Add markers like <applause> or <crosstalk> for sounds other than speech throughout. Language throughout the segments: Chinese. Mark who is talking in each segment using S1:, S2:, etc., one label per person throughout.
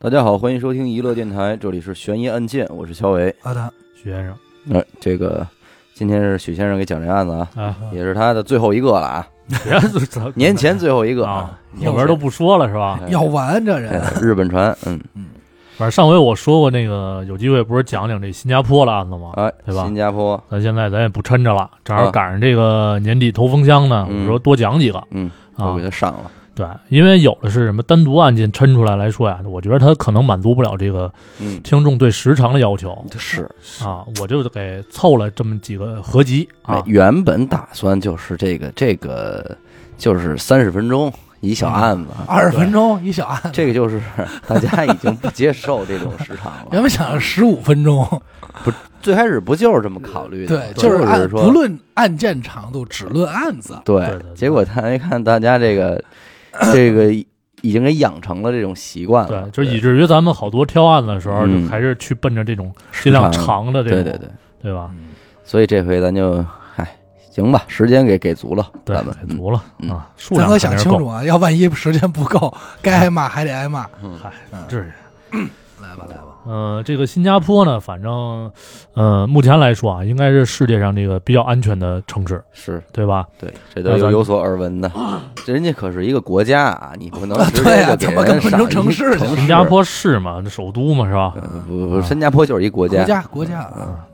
S1: 大家好，欢迎收听娱乐电台，这里是悬疑案件，我是肖伟。
S2: 阿达
S3: 许先生
S1: 哎，这个今天是许先生给讲这案子啊，
S3: 啊， <laughs>
S1: 也是他的最后一个了啊，年前最后一个
S3: 啊，
S1: 年
S3: 后
S1: 前
S3: 边都不说了是吧？
S1: 哎
S2: 要完这人，
S1: 哎日本船，嗯，
S3: 反正上回我说过那个，有机会不是讲讲这新加坡的案子吗？
S1: 哎，
S3: 对吧
S1: 新加坡，
S3: 咱现在咱也不抻着了，正好
S1: 啊
S3: 赶上这个年底头风箱呢，
S1: 嗯
S3: 我说多讲几个
S1: 嗯，
S3: 啊
S1: 都给。他上了，
S3: 对，因为有的是什么单独案件抻出来来说呀，我觉得它可能满足不了这个
S1: 嗯，
S3: 听众对时长的要求
S1: 这是，
S3: 啊，我就给凑了这么几个合集
S1: 哎
S3: 啊，
S1: 原本打算就是这个这个就是三十分钟一小案子啊，
S2: 二十分钟一小案子，
S1: 这个就是 <laughs> 大家已经不接受这种时长
S2: 原
S1: 了，
S2: 本想十五分钟，
S1: 最开始不就是这么考虑的吗，
S2: 对，就是按
S1: 说
S2: 不论案件长度，只论案子。
S3: 对
S1: 对
S3: 对，对
S1: 结果他一看大家这个这个已经给养成了这种习惯了
S3: 对，，就以至于咱们好多挑案子的时候，
S1: 嗯
S3: 就还是去奔着这种
S1: 时
S3: 尽量
S1: 长
S3: 长的这
S1: 对
S3: 种，
S1: 对对，
S3: 对吧？
S1: 嗯所以这回咱就唉，行吧，时间给给足了，
S3: 对，
S1: 咱们
S3: 给足了
S1: 嗯
S3: 啊，数
S2: 咱
S3: 量
S2: 可
S3: 肯
S2: 想
S3: 定是
S2: 清
S3: 够
S2: 楚啊，要万一时间不够，该挨骂还得挨骂。
S3: 嗨，
S2: 嗯
S3: 至于。
S2: 来吧，来吧，
S3: 呃，这个新加坡呢，反正，呃，目前来说啊，应该是世界上这个比较安全的城市，
S1: 是
S3: 对吧？
S1: 对，这都
S3: 那
S1: 有
S3: 咱
S1: 有所耳闻
S3: <clears throat>
S1: 的，人家可是一个国家啊，你不能直
S2: 对
S1: 接
S2: 啊
S1: 就给
S2: 怎么
S1: 人
S2: 跟
S1: 赏
S2: 分成城
S1: 一
S2: 市去
S1: 城
S2: 了
S1: 市
S3: 新加。坡市嘛，那首都嘛，是吧？
S1: 呃不不，新加坡就是一国
S2: 国
S1: 家，嗯
S2: 家国家啊，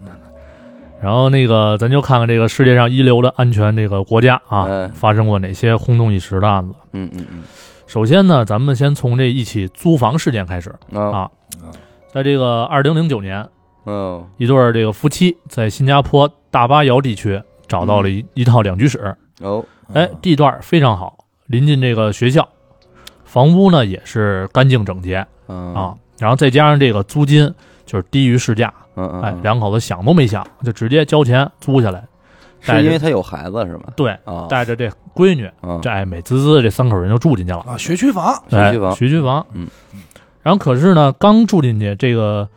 S3: 然后那个，咱就看看这个世界上一流的安全这个国家啊，
S1: 嗯
S3: 发生过哪些轰动一时的案子。
S1: 嗯嗯
S3: 首先呢，咱们先从这一起租房事件开始。
S1: 嗯，啊
S3: 啊在这个二零零九年，
S1: 嗯
S3: 一对儿这个夫妻在新加坡大巴窑地区找
S2: 嗯
S3: 到了一、一套两居室，
S1: 哦，
S3: 哎，地段非常好，临近这个学校，房屋呢也是干净整洁
S1: 嗯
S3: 啊。然后再加上这个租金就是低于市价，
S1: 嗯嗯，
S3: 哎，
S1: 嗯
S3: 两口子想都没想就直接交钱租下来。带
S1: 是因
S3: 着
S1: 为他有孩子是吗？
S3: 对，
S1: 啊，
S3: 带着这闺女，
S1: 嗯
S3: 这哎美滋滋这三口人就住进去了，
S2: 啊，学区房
S1: 学区房
S3: 哎学区房。
S1: 嗯，
S3: 然后可是呢，刚住进去这个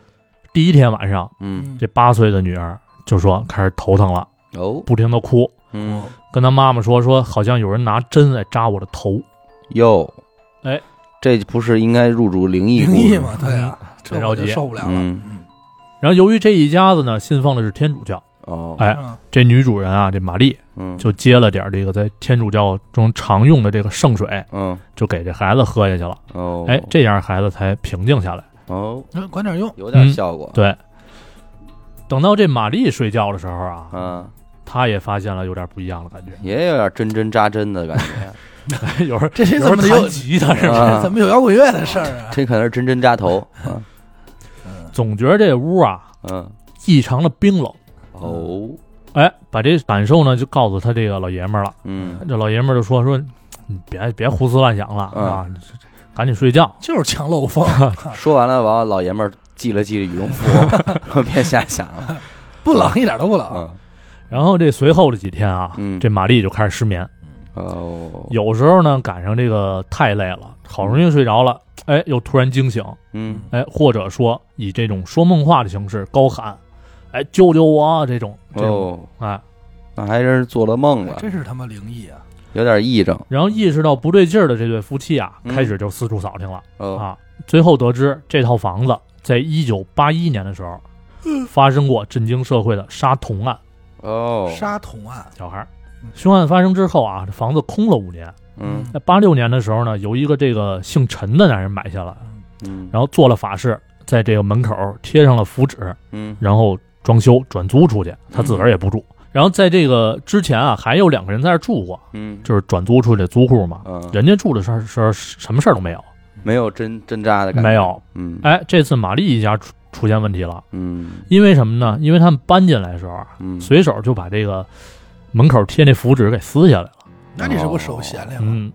S3: 第一天晚上，
S1: 嗯
S3: 这八岁的女儿就说开始头疼了，
S1: 哦
S3: 不停的哭，
S1: 嗯
S3: 跟她妈妈说说好像有人拿针在扎我的头，
S1: 哟，
S3: 哎，
S1: 这不是应该入主灵异
S2: 灵
S1: 故事
S2: 异
S1: 吗？
S2: 嘛，对啊，这
S3: 真嗯着
S2: 我就
S3: 急。
S2: 受不了了。
S1: 嗯
S2: 嗯，
S3: 然后由于这一家子呢信奉的是天主教，
S1: 哦，
S3: 哎
S2: 嗯
S3: 这女主人啊，这玛丽
S1: 嗯，
S3: 就接了点儿这个在天主教中常用的这个圣水，
S1: 嗯
S3: 就给这孩子喝下去了。
S1: 哦，
S3: 哎，这样孩子才平静下来。
S1: 哦
S2: 嗯，管点用，
S1: 有点效
S2: 哦
S1: 果，
S3: 对，等到这玛丽睡觉的时候啊，
S1: 嗯，
S3: 她也发现了有点不一样的感
S2: <laughs>
S3: 觉。
S1: 也有点针针扎针的感
S3: <laughs>
S1: 觉，
S3: 有时候
S2: 这是
S3: 有
S2: 怎
S3: 时候
S2: 么有
S3: 弹吉他是吧？
S1: 啊
S2: 这 <laughs> 怎么有摇滚乐的事儿啊？
S1: 这可能是针针扎头，啊
S2: 嗯
S3: 总觉得这屋啊
S1: 嗯，
S3: 异常的冰冷。
S1: 哦，
S3: 哎，把这感受呢就告诉他这个老爷们儿了。
S1: 嗯
S3: 这老爷们儿就说说，你别别胡思乱想了
S1: 嗯
S3: 啊，赶紧睡觉。
S2: 就是强漏
S3: <laughs>
S2: 风，
S1: 说完了，完了，老爷们儿系了系了羽绒
S3: <laughs>
S1: 服， <laughs> 别瞎想了，
S2: 不冷一点都不冷。
S1: 嗯，
S3: 然后这随后的几天啊，
S1: 嗯
S3: 这玛丽就开始失眠。
S1: 哦，
S3: 有时候呢，赶上这个太累了，好容易睡着了，哎，又突然惊醒，
S1: 嗯，
S3: 哎，或者说以这种说梦话的形式高喊，哎，救救我这种这种，
S1: 哦，
S3: 哎，
S1: 那还真是做了梦了，
S2: 真是他妈灵异啊！
S1: 有点癔症，
S3: 然后意识到不对劲儿的这对夫妻啊，
S1: 嗯
S3: 开始就四处扫听了
S1: 哦，
S3: 啊，最后得知这套房子在一九八一年的时候
S1: 嗯
S3: 发生过震惊社会的杀童案，
S1: 哦，
S2: 杀童案，
S3: 小孩儿
S2: 嗯。
S3: 凶案发生之后啊，这房子空了五年。
S1: 嗯
S3: 在八六年的时候呢，由一个这个姓陈的男人买下来，
S1: 嗯，
S3: 然后做了法事，在这个门口贴上了符纸，
S1: 嗯
S3: 然后装修转租出去，他自个儿也不住。然后在这个之前啊，还有两个人在这儿住过，
S1: 嗯，
S3: 就是转租出去租户嘛。
S1: 嗯，
S3: 人家住的事儿是什么事儿都没有，
S1: 没有针针扎的感觉，
S3: 没，有。
S1: 嗯，
S3: 哎，这次玛丽一家出出现问题了，
S1: 嗯
S3: 因为什么呢？因为他们搬进来的时候啊，
S1: 嗯，
S3: 随手就把这个门口贴那符纸给撕下来了。
S2: 那你是不是手闲了呀？
S3: 嗯，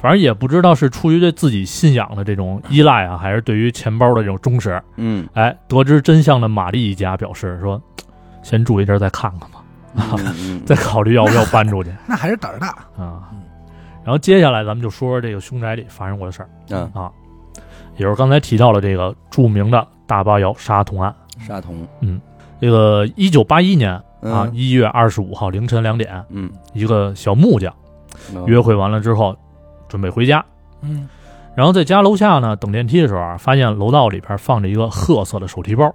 S3: 反正也不知道是出于对自己信仰的这种依赖啊，还是对于钱包的这种忠实。 <laughs>
S1: 嗯，
S3: 哎，得知真相的玛丽一家表示说，先住一阵儿再看看吧， <laughs>
S1: 嗯，
S3: 再考虑要不要搬出去
S2: 那还是胆儿大。
S3: 啊
S2: 嗯。
S3: 然后接下来咱们就说说这个凶宅里发生过的事儿，
S1: 嗯
S3: 啊，也就是刚才提到了这个著名的大巴窑杀童案。
S1: 杀童
S3: 这个一九八一年啊
S1: 嗯
S3: 一月二十五号凌晨两点，
S1: 嗯，
S3: 一个小木匠
S1: 嗯
S3: 约会完了之后，准备回家，
S2: 嗯，
S3: 然后在家楼下呢等电梯的时候啊，发现楼道里边放着一个褐色的手提包，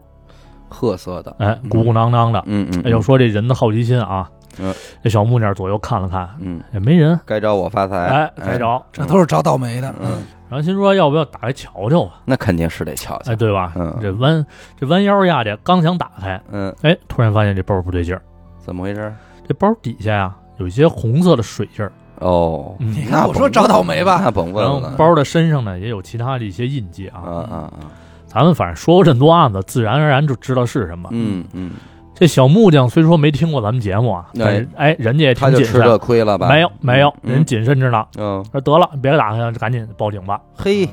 S1: 褐色的，
S3: 哎，鼓鼓囊囊的。
S1: 嗯嗯，
S3: 哎，要说这人的好奇心啊
S1: 嗯，
S3: 这小木匠左右看了看，
S1: 嗯，
S3: 也没人，
S1: 该找我发财，
S3: 哎，没着。
S2: 这都是找倒霉的。
S1: 嗯，
S3: 然后心说要不要打开瞧瞧吧？
S1: 那肯定是得瞧瞧
S3: 哎，，对吧？
S1: 嗯
S3: 这弯这弯腰下去，刚想打开，
S1: 嗯，
S3: 哎，突然发现这包不对劲儿，
S1: 怎么回事？
S3: 这包底下呀、有一些红色的水印儿，
S1: 哦，
S2: 你
S3: 嗯，
S1: 那
S2: 看我
S1: 甭
S2: 说找倒霉吧，
S1: 那甭问
S3: <laughs> 然后
S1: 了，
S3: 包的身上呢也有其他的一些印记
S1: 啊
S3: 啊。
S1: 啊啊，
S3: 咱们反正说过这么多案子，自然而然就知道是什么。
S1: 嗯嗯，
S3: 这小木匠虽说没听过咱们节目啊，
S1: 哎
S3: 但是哎，人家也挺
S1: 他就
S3: 谨
S1: 吃这
S3: 慎，
S1: 亏了吧？
S3: 没有没有，
S1: 嗯
S3: 人谨慎着呢。
S1: 嗯，
S3: 说得了，别打开了，赶紧报警吧。
S1: 嘿，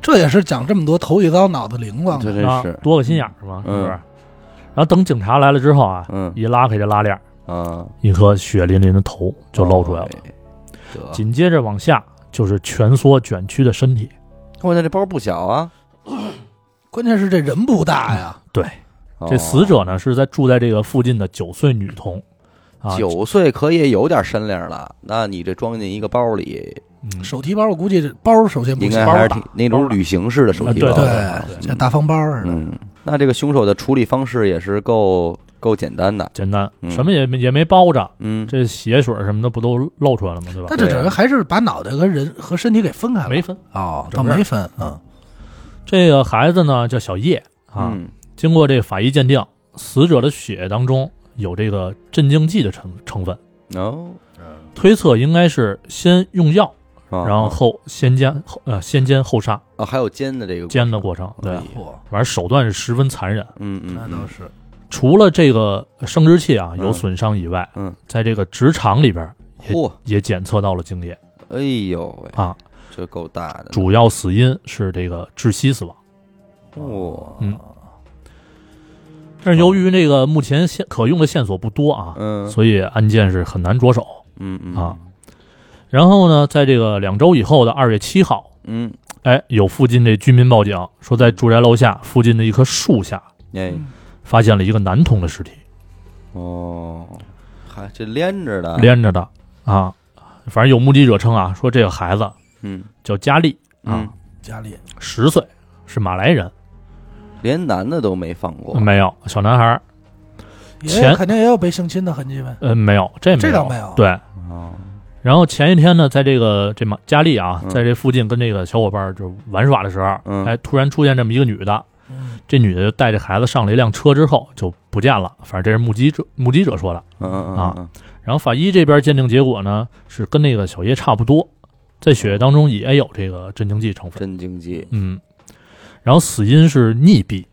S2: 这也是讲这么多头一遭脑子灵光的。
S1: 这真
S3: 啊
S1: 是，，
S3: 多个心眼儿嘛，是不是？
S1: 嗯
S3: 然后等警察来了之后啊，
S1: 嗯
S3: 一拉开这拉链儿，
S1: 啊，
S3: 一颗血淋淋的头就露出来了。
S1: 哎。得，
S3: 紧接着往下就是蜷缩卷曲的身体，
S1: 我那这包不小啊，
S2: 关键是这人不大呀，
S3: 嗯
S1: 哦
S3: 这死者呢是在住在这个附近的九岁女童，啊，
S1: 九岁可也有点身量了，那你这装进一个包里，
S3: 嗯，
S2: 手提包我估计这包首先不
S1: 应
S2: 行
S1: 该，还是
S3: 包
S1: 挺那种旅行式的手提
S3: 啊
S1: 包。
S3: 对
S2: 对，像大方包似的。
S1: 嗯，那这个凶手的处理方式也是够够简单的。
S3: 简单，
S1: 嗯
S3: 什么也没也没包着，
S1: 嗯，
S3: 这血水什么的不都露出来了吗？对吧
S2: 但？这整个还是把脑袋和人和身体给分开了，
S3: 没分。
S2: 哦，倒
S3: 整个
S2: 没分啊。
S3: 这个孩子呢叫小叶啊，
S1: 嗯
S3: 经过这法医鉴定，死者的血当中有这个镇静剂的成成分，
S1: 哦，
S3: 推测应该是先用药，
S1: 然
S3: 然后后先奸后呃先奸后杀
S1: 哦还有煎的这个
S3: 奸的过程，对
S1: 哎，
S2: 嚯，
S3: 反正手段是十分残忍。
S1: 嗯嗯，
S2: 那倒是
S3: 除了这个生殖器啊
S1: 嗯
S3: 有损伤以外，
S1: 嗯，
S3: 在这个直肠里边
S1: 嗯嚯，
S3: 也检测到了精液
S1: 哎呦喂，
S3: 啊，
S1: 这够大的，
S3: 主要死因是这个窒息死亡。
S1: 哇，
S3: 嗯但是由于这个目前线可用的线索不多啊，
S1: 哦嗯
S3: 所以案件是很难着手
S1: 嗯嗯
S3: 啊。然后呢，在这个两周以后的二月七号，
S1: 嗯，
S3: 哎，有附近这居民报警说，在住宅楼下附近的一棵树下
S1: 哎
S3: 嗯发现了一个男童的尸体，
S1: 哦，还这连着的，
S3: 连着的啊。反正有目击者称啊，说这个孩子
S1: 嗯
S3: 叫佳丽啊
S1: 嗯，，
S2: 家里
S3: 十岁，是马来人，
S1: 连男的都没放过，
S3: 没有小男孩儿，
S2: 也
S3: 前
S2: 肯定也有被性侵的痕迹呗。
S3: 呃，没有，这没有，
S2: 这倒没有
S3: 对，
S1: 哦，
S3: 然后前一天呢，在这个这马佳丽啊
S1: 嗯，
S3: 在这附近跟这个小伙伴儿就玩耍的时候，
S1: 嗯
S3: 哎，突然出现这么一个女的，
S2: 嗯，
S3: 这女的就带着孩子上了一辆车之后就不见了，反正这是目击者目击者说的。
S1: 嗯嗯
S3: 啊
S1: 嗯
S3: 然后法医这边鉴定结果呢是跟那个小叶差不多，在血液当中也有这个镇静剂成分，
S1: 真经济，
S3: 嗯，然后死因是溺毙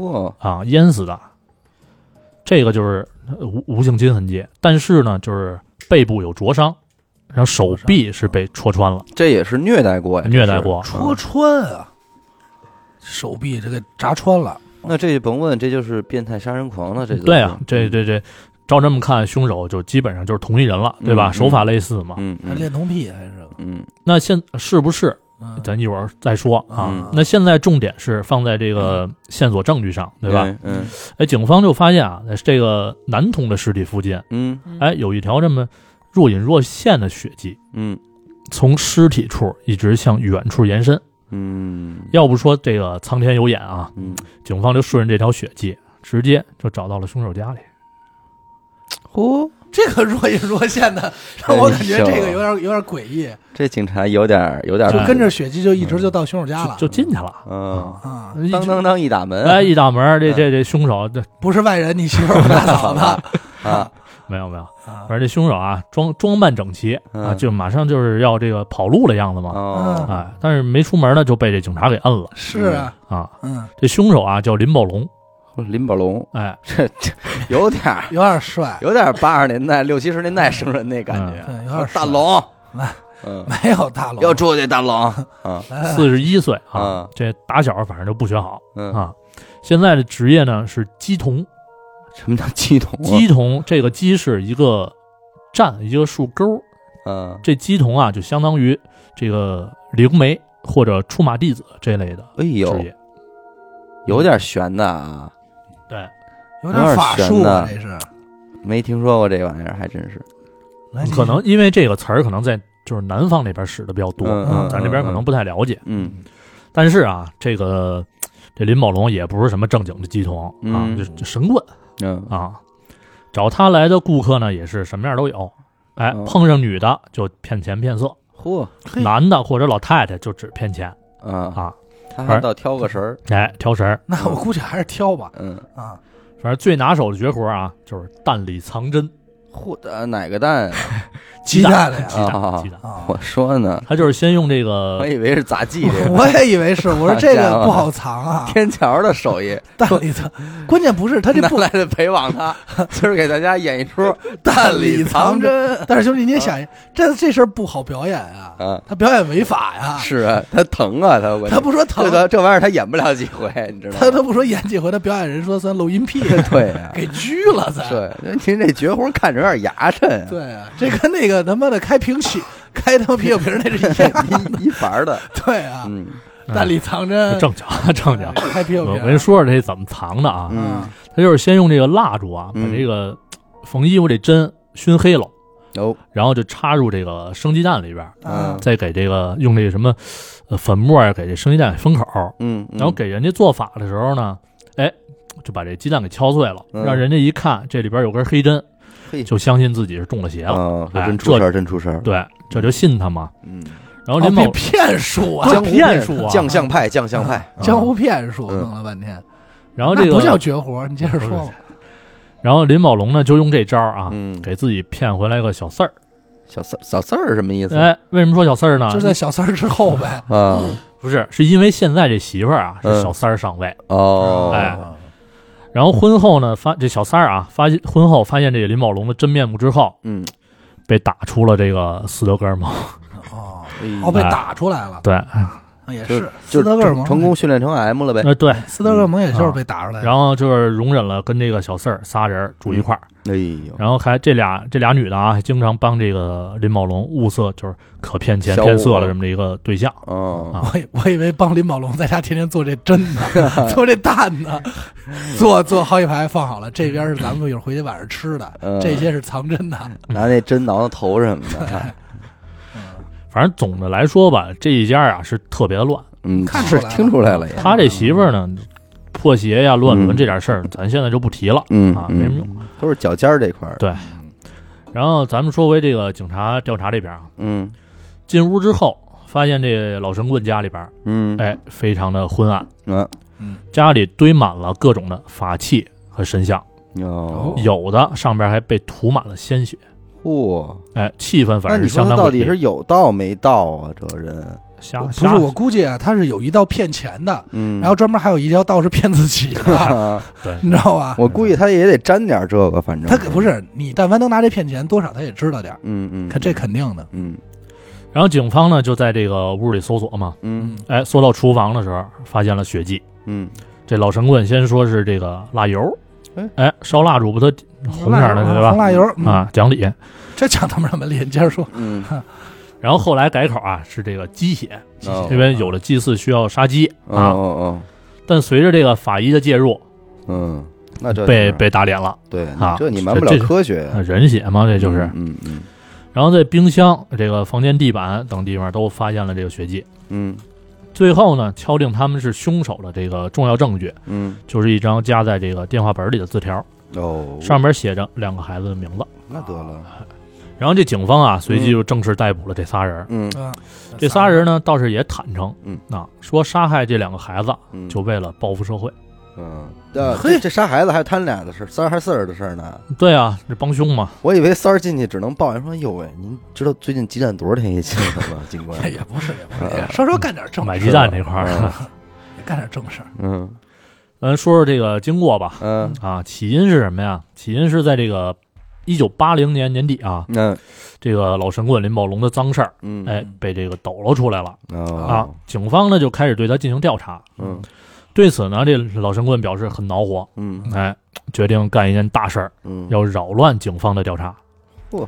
S1: 哇，
S3: 啊，淹死的，这个就是呃无无性侵痕迹，但是呢就是背部有灼伤，然后手臂是被戳穿了，
S1: 这也是虐待过呀，
S3: 虐待过嗯
S1: 这是
S2: 戳穿啊，手臂这个扎穿了，
S1: 那这就甭问，这就是变态杀人狂了，这就
S3: 对啊，
S1: 是
S3: 这，这这，照这么看，凶手就基本上就是同一人了，对
S1: 嗯
S3: 吧？
S1: 嗯
S3: 手法类似嘛。
S1: 嗯嗯
S2: 还恋童癖还是？
S1: 嗯
S3: 那现是不是？
S2: 嗯，
S3: 咱一会儿再说啊。
S1: 嗯
S3: 那现在重点是放在这个线索证据上，对吧？？
S1: 嗯
S3: 哎，警方就发现啊，在这个男童的尸体附近，
S1: 嗯
S3: 哎，有一条这么若隐若现的血迹，
S1: 嗯
S3: 从尸体处一直向远处延伸。
S1: 嗯
S3: 要不说这个苍天有眼啊，
S1: 嗯，
S3: 警方就顺着这条血迹，直接就找到了凶手家里。
S1: 嚯，
S2: 这个若隐若现的，让我感觉
S1: 哎呦
S2: 这个有点有点诡异，
S1: 这警察有点儿有点儿
S2: 就跟着血迹就一直就到凶手家了
S3: 就就进去了。
S1: 嗯，
S2: 啊，
S3: 一
S1: 当嗯当当一打门，
S3: 哎，一打门，这这这凶手这
S2: 不是外人，你媳妇儿我大 <laughs> 嫂子
S1: 啊，
S3: 没有没有，
S2: 啊
S3: 反，
S2: <laughs>
S3: 正这凶手啊装装扮整齐啊，
S1: 嗯
S3: 就马上就是要这个跑路的样子嘛。
S2: 啊
S1: 哦，
S3: 哎，但是没出门呢就被这警察给摁了
S2: 是啊，
S3: 啊。
S2: 嗯，
S3: 这凶手啊叫林宝龙，
S1: 林宝龙， <laughs>
S3: 哎，
S1: 这这有点儿
S2: 有点帅，
S1: 有点儿八十年代六七十年代生人那感觉，
S3: 嗯
S2: 对，有点帅
S1: 大龙
S2: 来，
S1: 嗯，
S2: 没有大哎龙，
S1: 要出去，大龙啊，
S2: 来来来
S3: 四十一岁啊
S1: 啊，
S3: 这打小反正就不学好
S1: 嗯，
S3: 啊。现在的职业呢是鸡童，
S1: 什么叫鸡童啊？
S3: 鸡童这个鸡是一个站一个树钩，
S1: 嗯，
S3: 这鸡童啊就相当于这个灵媒或者出马弟子这类的
S1: 哎
S3: 职
S1: 呦，
S3: 业。
S1: 有点悬的啊，
S3: 对，
S2: 有点法术啊，这是，
S1: 没听说过这玩意儿，还真是。
S2: 来
S3: 可能因为这个词儿可能在就是南方那边使的比较多，
S1: 嗯嗯
S3: 咱这边可能不太了解。
S1: 嗯
S3: 但是啊，这个这林宝龙也不是什么正经的鸡童啊
S1: 嗯，
S3: 就就神棍
S1: 嗯
S3: 啊。找他来的顾客呢，也是什么样都有。哎
S1: 嗯，
S3: 碰上女的就骗钱骗色，
S1: 嚯
S2: 嘿
S3: 男的或者老太太就只骗钱
S1: 啊，
S3: 啊。
S1: 他还倒挑个神儿，
S3: 哎，挑食儿，
S2: 那我估计还是挑吧
S1: 嗯，
S2: 啊，
S3: 反正最拿手的绝活啊，就是蛋里藏针，
S1: 嚯，呃哪个蛋啊？
S2: 鸡 <laughs> 蛋的
S3: 鸡
S2: 呀
S1: 啊
S3: 蛋，鸡呃蛋。
S2: 啊！
S1: 我说呢，
S3: 他就是先用这个
S1: 我以为是杂技这
S2: <laughs>
S1: 个
S2: 我也以为是，我说这
S1: 好家伙
S2: 个不好藏啊，
S1: 天桥的手艺，
S2: 蛋里头，关键不是他这
S1: 拿
S2: 不，
S1: 来的陪网他，今儿给大家演一出
S2: 蛋里藏嗯
S1: 针。
S2: 但是兄弟你也想，这这事儿不好表演 <laughs> 啊
S1: 啊，
S2: 他表演违法呀，
S1: 是啊，他疼啊，他我
S2: 他不说疼
S1: 这，个这玩意儿他演不了几回，你知道吗？
S2: 他他不说演几回，他表演人说咱录音屁，
S1: 对啊，
S2: 给拘了咱。
S1: 对，您这绝活看着有点牙碜啊，
S2: 对啊，这跟那个他妈的开瓶洗、开他妈啤酒瓶那是一样。
S1: <laughs> 一一盘儿的，
S2: 对啊，
S1: 嗯
S2: 蛋里哎藏针，
S3: 正经 <laughs> 正经。
S2: 开啤酒
S3: 我
S2: 瓶。
S3: 我跟你说说这怎么藏的啊？
S1: 嗯，
S3: 他就是先用这个蜡烛啊，把
S1: 嗯
S3: 这个缝衣服这针熏黑了，
S1: 有
S3: 然后就插入这个生鸡蛋里边，
S2: 啊
S1: 嗯，
S3: 再给这个用这个什么呃粉末啊给这生鸡蛋封口，
S1: 嗯，嗯
S3: 然后给人家做法的时候呢，哎，就把这鸡蛋给敲碎了，
S1: 嗯
S3: 让人家一看这里边有根黑针，
S1: 嘿
S3: 就相信自己是中了邪了。
S1: 啊，这
S3: 哎
S1: 真出事儿，真出事儿，
S3: 对，这就信他嘛。
S1: 嗯，
S3: 然后
S2: 哦
S3: 林宝
S2: 被骗术啊，
S3: 江湖骗术啊
S1: 将相
S3: <laughs>
S1: 派，将相派，
S2: 江湖骗术，
S1: 嗯
S2: 弄了半天，
S3: 然后这
S2: 那不叫
S3: 个，
S2: 绝活，你接着说吧。
S3: 然后林宝龙呢就用这招啊，
S1: 嗯，
S3: 给自己骗回来个小四儿。
S1: 小四小四儿什么意思？
S3: 哎，嗯为什么说小四儿呢？
S2: 就在小三儿之后呗。
S1: 啊
S3: 不是，是因为现在这媳妇儿啊
S1: 嗯
S3: 是小三儿上位，
S2: 啊
S1: 哦，
S3: 哎，然后婚后呢发这小三儿啊发现婚后发现这个林宝龙的真面目之后，
S1: 嗯，
S3: 被打出了这个斯德哥尔摩。
S2: 哦，
S1: 哎
S2: 哦，被
S3: 哎
S2: 打出来了，
S3: <laughs> 对，
S2: 也
S1: 嗯就是就
S2: 斯
S1: 是
S2: 德哥尔摩
S1: 成功训练成 M 了呗，
S3: 呃对，
S2: 斯德哥尔摩也就是被打出来的。
S3: 然后就是容忍了跟这个小四儿仨人住一块儿，
S1: 哎呦，
S3: 然后还这俩这俩女的啊，还经常帮这个林宝龙物色，就是可骗钱
S1: 小五啊
S3: 骗色的这么一个对象。
S1: 哦，
S3: 啊
S2: 我以我以为帮林宝龙在家天天做这针呢，
S1: <laughs>
S2: 做这蛋呢，做做好几排放好了，这边是咱们一会儿回去晚上吃的，
S1: 嗯
S2: 这些是藏针的。
S3: 嗯
S1: 拿那针挠挠头什么
S3: <laughs>
S1: 的，
S3: 反正总的来说吧，这一家啊是特别乱。
S1: 嗯，
S2: 看出
S1: 是
S2: 来了
S1: 听出来了也，
S3: 他这媳妇儿呢，破鞋呀、乱
S1: 嗯
S3: 伦这点事儿，咱现在就不提了
S1: 嗯
S3: 啊，没什么
S1: 嗯，
S3: 用。
S1: 都是脚尖儿这块儿，
S3: 对然后咱们说回这个警察调查这边啊，
S1: 嗯
S3: 进屋之后发现这老神棍家里边，
S1: 嗯，
S3: 哎，非常的昏暗，
S1: 嗯，
S3: 家里堆满了各种的法器和神像，
S1: 哦，
S3: 有的上边还被涂满了鲜血，
S1: 嚯，
S3: 哎，气氛反
S1: 那
S3: 正
S1: 你
S3: 是
S1: 说
S3: 相
S1: 他
S3: 当
S1: 到
S3: 诡
S1: 底
S3: 异。
S1: 是有道没道啊？这人，
S3: 瞎
S2: 我不
S3: 瞎
S2: 是，我估计啊，他是有一道骗钱的，
S1: 嗯，
S2: 然后专门还有一条道是骗自己的，
S1: 啊
S3: 对，
S2: 你知道吧？
S1: <laughs> 我估计他也得沾点这个，反正
S2: 他可不，是你，但凡能拿这骗钱，多少他也知道点儿，
S1: 嗯嗯，
S2: 可这肯定的。
S1: 嗯
S3: 然后警方呢就在这个屋里搜索嘛，
S1: 嗯
S3: 哎，搜到厨房的时候发现了血迹。
S1: 嗯
S3: 这老神棍先说是这个蜡油
S1: 哎，
S3: 哎，烧蜡烛不都红色儿的对
S2: 嗯红
S3: 吧？
S2: 蜡油嗯
S3: 啊，讲理。
S2: 这讲他们什么理？你接着说。
S1: 嗯，
S3: 然后后来改口啊，是这个鸡血，
S1: 哦
S3: 因为有了祭祀需要杀鸡
S1: 哦
S3: 啊。
S1: 哦
S3: 但随着这个法医的介入，
S1: 哦，嗯，那这
S3: 被
S1: 是
S3: 被打脸了，
S1: 对
S3: 啊
S1: 这你
S3: 这
S1: 瞒不
S3: 这
S1: 了
S3: 是
S1: 科学呀，
S3: 啊人血嘛，这就是。
S1: 嗯嗯
S3: 然后在冰箱、这个房间地板等地方都发现了这个血迹。
S1: 嗯
S3: 最后呢，敲定他们是凶手的这个重要证据，
S1: 嗯
S3: 就是一张夹在这个电话本里的字条，
S1: 嗯，哦，
S3: 上面写着两个孩子的名字。
S1: 那得了，
S3: 然后这警方啊，随即就正式逮捕了这仨人。
S1: 嗯
S2: 啊，
S3: 这仨人呢，倒是也坦诚，
S1: 嗯
S3: 啊，说杀害这两个孩子
S1: 嗯
S3: 就为了报复社会。
S1: 嗯，呃
S2: 嘿
S1: 这这杀孩子还有他们俩的事儿，三儿还是四儿的事儿呢。
S3: 对啊，这帮凶嘛，
S1: 我以为三儿进去只能抱怨说：“哟喂，您知道最近鸡蛋多少天一斤了吗，警官
S2: 哎也不是也不是，稍稍干点正事
S3: 买
S2: 儿，
S3: 鸡蛋这块儿。
S1: 嗯
S2: 干点正事儿？”。
S1: 嗯
S3: <laughs> 咱说说这个经过吧。
S1: 嗯，
S3: 啊，起因是什么呀？起因是在这个一九八零年年底啊，
S1: 那
S3: 这个老神棍林宝龙的脏事儿，
S1: 嗯
S3: 哎，被这个抖搂出来了啊
S1: 哦。
S3: 警方呢就开始对他进行调查。
S1: 嗯
S3: 对此呢，这老神棍表示很恼火，
S1: 嗯
S3: 哎，决定干一件大事儿，
S1: 嗯，
S3: 要扰乱警方的调查
S1: 嚯。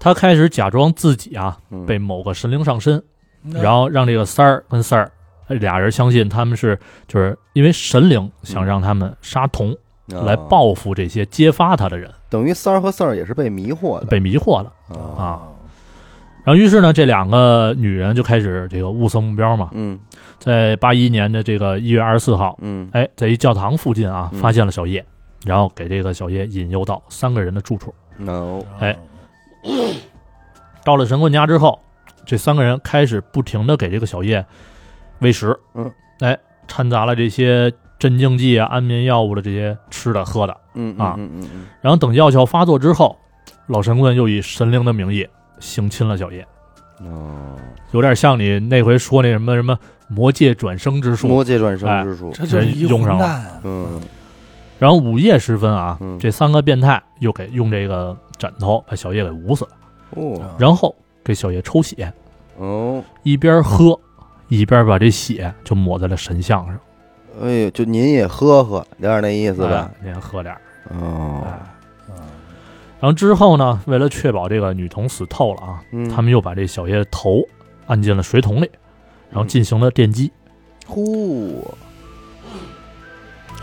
S3: 他开始假装自己啊
S1: 嗯
S3: 被某个神灵上身，
S2: 那
S3: 然后让这个三儿跟四儿俩人相信他们是就是因为神灵想让他们杀童，来
S1: 哦，
S3: 报复这些揭发他的人，
S1: 嗯等于三儿和四儿也是被迷惑的
S3: 被迷惑了
S1: 啊
S3: 啊。然后于是呢，这两个女人就开始这个物色目标嘛，
S1: 嗯
S3: 在八一年的这个一月二十四号，
S1: 嗯
S3: 哎，在一教堂附近啊
S1: 嗯
S3: 发现了小叶，然后给这个小叶引诱到三个人的住处。
S1: ，no，
S3: 哎，到了神棍家之后，这三个人开始不停的给这个小叶喂食，
S1: 嗯，
S3: 哎，掺杂了这些镇静剂啊、安眠药物的这些吃的喝的。
S1: 嗯
S3: 啊
S1: 嗯嗯嗯
S3: 然后等药效发作之后，老神棍又以神灵的名义性侵了小叶，
S1: 嗯，哦，
S3: 有点像你那回说那什么什么魔界转生之术。
S1: 魔界转生之术，
S2: 这就是一
S3: 用
S2: 混
S3: 上了
S2: 蛋啊，
S1: 嗯
S3: 然后午夜时分啊，
S1: 嗯
S3: 这三个变态又给用这个枕头把小叶给捂死了，
S1: 哦
S3: 然后给小叶抽血，
S1: 哦，
S3: 一边喝一边把这血就抹在了神像上，
S1: 哎呦，就您也喝喝，有点那意思吧？
S3: 哎？连喝点儿。
S1: 哦，
S3: 哎
S2: 嗯
S3: 然后之后呢，为了确保这个女童死透了啊，
S1: 嗯
S3: 他们又把这小叶的头按进了水桶里，然后进行了电击，
S1: 呼，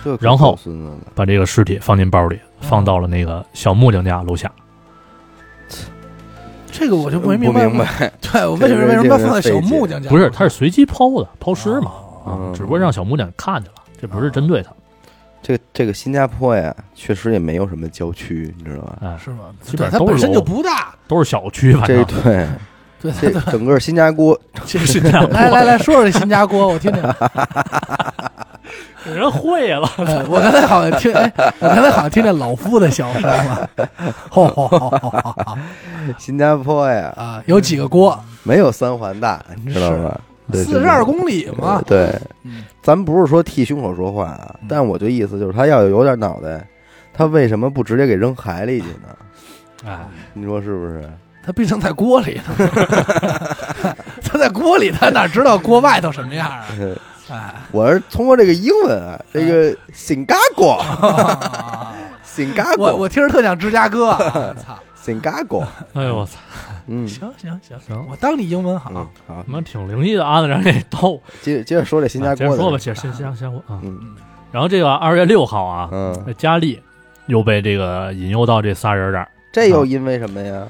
S1: 这可
S3: 然后
S1: 够孙子的，
S3: 把这个尸体放进包里，放到了那个小木匠家楼下。
S2: 这个我就没
S1: 嗯不
S2: 白，
S1: <laughs> 明白，
S2: 对我为什么
S1: 这
S2: 为
S1: 个
S2: 什
S1: 人
S2: 么要放在小
S1: 费解
S2: 木匠家？
S3: 不是，他是随机抛的，抛尸嘛，
S2: 哦
S3: 啊
S1: 嗯，
S3: 只不过让小木匠看见了，这不是针对他。
S1: 这个这个新加坡呀，确实也没有什么郊区，你知道吧？
S3: 哎，
S2: 是吗？
S3: 基
S2: 对，
S3: 本
S2: 它
S3: 上都
S2: 本
S3: 是
S2: 身就
S3: 楼，
S2: 不大。
S3: 都是小区，反
S1: 这
S3: 正
S1: 对
S2: 对，
S3: <laughs>
S2: 它 <laughs>
S1: 这整个新加坡，
S3: 这是这样。
S2: 来来来说说这新家锅，我
S3: <laughs>
S2: 听听。
S3: 人会了，
S2: 哎我刚才好像听，哎，我刚才好像听见老夫的笑声
S3: <laughs>
S2: 了。吼吼吼吼吼吼
S1: 新加坡呀，
S2: 啊，有几个锅？
S1: 没有三环大，你知道吗？对
S2: 四十二公里嘛。
S1: 对
S2: 嗯，
S1: 咱不是说替胸口说话啊，
S2: 嗯
S1: 但我就意思就是，他要有点脑袋，他为什么不直接给扔海里去呢？
S3: <laughs> 哎，
S1: 你说是不是？
S2: 他毕竟在锅里呢， <laughs> 他在锅里，他哪知道锅外头什么样啊？哎，
S1: 我是通过这个英文啊，这个
S3: 哎
S1: 新加
S3: <laughs>
S1: 坡，
S2: 啊
S1: 新加
S2: 我
S1: 坡，
S2: 我听着特像芝加
S3: <laughs>
S2: 哥啊，操！
S1: 新加坡，
S3: 哎呦我操，
S1: 嗯，
S2: 行行行
S3: 行
S2: 我当你英文好
S1: 嗯。，好
S3: 他，妈挺灵异的啊，让人给逗。
S1: 接着接着说这新加
S3: 啊接着
S1: 坡
S3: 说吧，
S1: 的，
S3: 接着新新加坡啊。
S1: 嗯
S3: 然后这个二月六号啊，
S1: 嗯，
S3: 那佳丽又被这个引诱到这仨人这儿，
S1: 这又因为什么呀？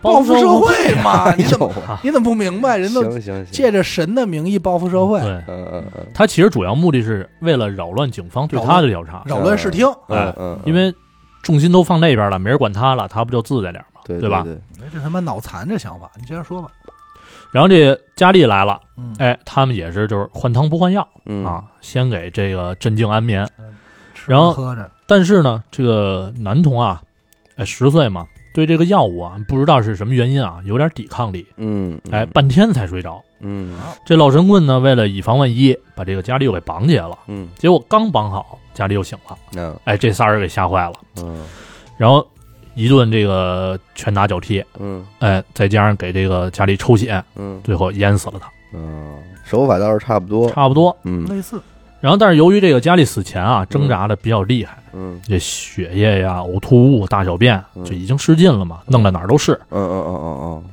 S2: 报复社会嘛，你
S1: 哎
S2: 怎么
S1: 呦，
S3: 啊
S2: 你怎么不明白？人都
S1: 行行行，
S2: 借着神的名义报复社会，
S3: 对
S1: 嗯嗯嗯
S3: 他其实主要目的是为了扰乱警方对他的调查，
S2: 扰乱视听，
S1: 嗯嗯，
S3: 哎因为重心都放那边了，没人管他了，他不就自在点儿嘛，
S1: 对
S3: 吧？
S1: 对
S2: 哎这他妈脑残这想法，你接着说吧。
S3: 然后这佳丽来了，
S2: 嗯，
S3: 哎，他们也是就是换汤不换药
S1: 嗯，
S3: 啊，先给这个镇静安眠，
S2: 吃
S3: 然后
S2: 喝着，
S3: 但是呢，这个男童啊，哎，十岁嘛，对这个药物啊，不知道是什么原因啊，有点抵抗力，
S1: 嗯，
S3: 哎，半天才睡着。
S1: 嗯
S3: 这老神棍呢，为了以防万一，把这个佳丽又给绑起来了。
S1: 嗯，
S3: 结果刚绑好，佳丽又醒了，
S1: 那
S3: 哎，这仨人给吓坏了，
S1: 嗯
S3: 然后一顿这个拳打脚踢，
S1: 嗯
S3: 哎，再加上给这个佳丽抽血，
S1: 嗯
S3: 最后淹死了他，
S1: 嗯，手法倒是差不多，
S3: 差不多。
S1: 嗯
S2: 类似
S3: 然后，但是由于这个佳丽死前啊，挣扎的比较厉害，
S1: 嗯
S3: 这血液呀、呕吐物、大小便
S1: 嗯
S3: 就已经失禁了嘛，弄得哪儿都是。
S1: 嗯嗯嗯嗯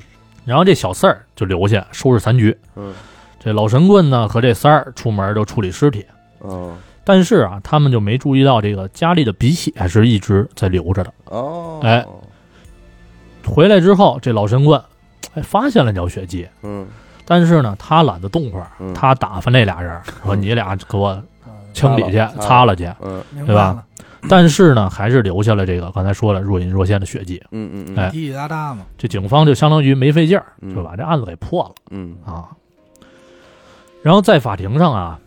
S3: 然后这小四儿就留下收拾残局。
S1: 嗯
S3: 这老神棍呢和这三儿出门就处理尸体，
S1: 嗯
S3: 但是啊，他们就没注意到这个佳丽的鼻血还是一直在流着的。
S1: 哦，，
S3: 回来之后，这老神棍哎发现了条血迹，
S1: 嗯
S3: 但是呢，他懒得动会儿，
S1: 嗯
S3: 他打发那俩
S1: <laughs>
S3: 人说：“你俩给我
S2: 嗯
S3: 清理去，
S1: 擦了
S3: 擦了去。
S1: 嗯
S2: 明白
S3: 对吧
S2: 了，”
S3: 但是呢，还是留下了这个刚才说了若隐若现的血迹。
S1: 嗯嗯
S3: 哎
S2: 滴滴答答嘛，
S3: 这警方就相当于没费劲儿，
S1: 嗯
S3: 就把这案子给破了。
S1: 嗯
S3: 啊。然后在法庭上啊，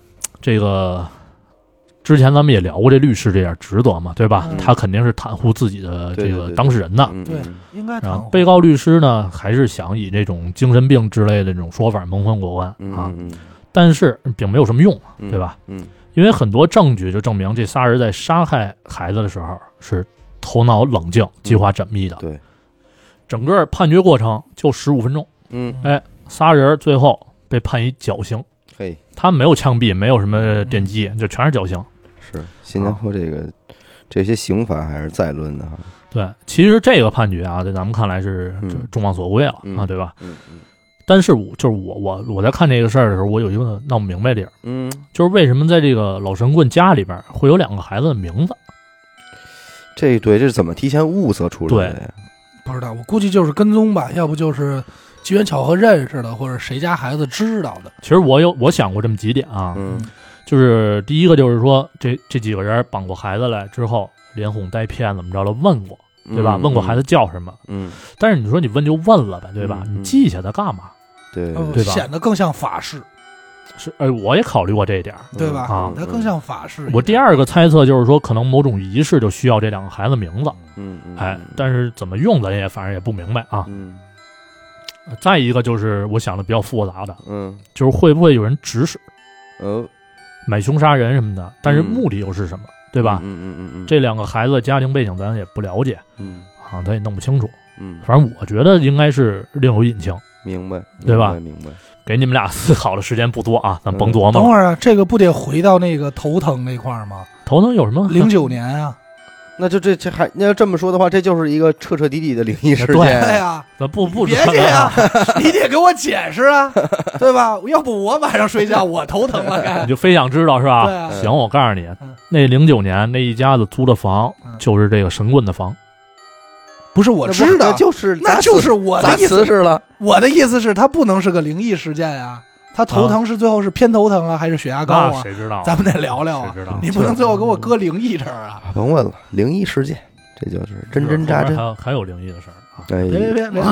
S3: 这个之前咱们也聊过这律师这点职责嘛，对吧？
S2: 嗯
S3: 他肯定是袒护自己的
S1: 对
S3: 这
S1: 对
S3: 个
S1: 对
S3: 当事人的。
S1: 嗯
S2: 对，应该
S3: 然
S2: 谈
S3: 后
S2: 话
S3: 被告律师呢，还是想以这种精神病之类的这种说法蒙混过关啊，
S1: 嗯
S3: 但是并没有什么用，
S1: 嗯
S3: 对吧？
S1: 嗯
S3: 因为很多证据就证明这仨人在杀害孩子的时候是头脑冷静、计划缜密的。
S1: 嗯对，
S3: 整个判决过程就十五分钟，
S1: 嗯
S3: 仨人最后被判以绞刑。
S1: 嘿
S3: 他没有枪毙，没有什么电击，
S1: 嗯
S3: 就全是绞刑。
S1: 是新加坡这个这些刑罚还是再论的哈，
S3: 对，其实这个判决啊，在咱们看来是
S1: 嗯
S3: 就是众望所归了、
S1: 嗯
S3: 啊，对吧？
S1: 嗯
S3: 但是我就是我我我在看这个事儿的时候，我有一个闹不明白的地儿，
S1: 嗯，
S3: 就是为什么在这个老神棍家里边会有两个孩子的名字？
S1: 这对这是怎么提前物色出来的呀？
S2: 不知道，我估计就是跟踪吧，要不就是机缘巧合认识的，或者谁家孩子知道的，
S3: 其实我有我想过这么几点啊，
S1: 嗯
S3: 就是第一个就是说这这几个人绑过孩子来之后，连哄带骗怎么着了问过，对吧？问过孩子，叫什么？
S1: 嗯，
S3: 但是你说你问就问了呗，对吧？
S1: 嗯嗯
S3: 你记下它干嘛？
S1: 对
S2: 嗯
S3: 对吧
S2: 显得更像法式，
S3: 是，哎，我也考虑过这一点儿。
S2: 对吧？
S1: 嗯
S3: 啊
S2: 它更，像法式一点。
S3: 我第二个猜测就是说，可能某种仪式就需要这两个孩子名字，
S1: 嗯嗯，
S3: 哎，但是怎么用咱也反正也不明白啊。
S1: 嗯
S3: 再一个就是我想的比较复杂的，
S1: 嗯
S3: 就是会不会有人指使
S1: 哦，
S3: 买凶杀人什么的，但是目的又是什么，对吧？
S1: 嗯嗯嗯嗯，
S3: 这两个孩子的家庭背景咱也不了解
S1: 嗯
S3: 啊，咱也弄不清楚。
S1: 嗯，
S3: 反正我觉得应该是另有隐情，
S1: 明白，
S3: 对吧
S1: 明白，
S3: 给你们俩思考的时间不多啊，咱甭
S1: 嗯
S3: 琢
S2: 等
S3: 磨了。
S2: 会儿啊，这个不得回到那个头疼那块儿 <laughs> 吗？
S3: 头疼有什么？
S2: 零九年啊，
S1: 那就这这还那要这么说的话，这就是一个彻彻底底的灵异事件。
S3: 对
S1: <laughs>
S2: 对哎呀，
S3: <laughs> 咱不不
S2: 别
S3: 扯
S2: 这
S3: 了
S2: 样 <laughs>
S3: 啊，
S2: 你得给我解释啊，对吧？要不我晚上睡觉我头疼 <laughs> 了该
S3: <laughs> 你。就非想知道是吧？
S2: 对啊
S3: 行，我告诉你
S2: 嗯，
S3: 那零九年那一家子租的房
S2: 嗯
S3: 就是这个神棍的房，
S2: 不是我
S1: 那不
S2: 知道
S1: 那，就是
S2: 那
S1: 砸
S2: 就是我
S1: 砸
S2: 的意
S1: 瓷
S2: 思。
S1: 实了，
S2: 我的意思是，它不能是个灵异事件啊。它头疼是最后是偏头疼啊，还是血压高
S3: 那
S2: 啊？
S3: 谁知道？
S2: 咱们得聊聊
S3: 谁知
S2: 啊
S3: 道。
S2: 你不能最后给我搁灵异这儿啊！
S1: 甭问了，灵异事件，这就是真真扎真
S3: 后边还。有还有灵异的事儿啊。
S1: 哎，
S2: 别别别别，别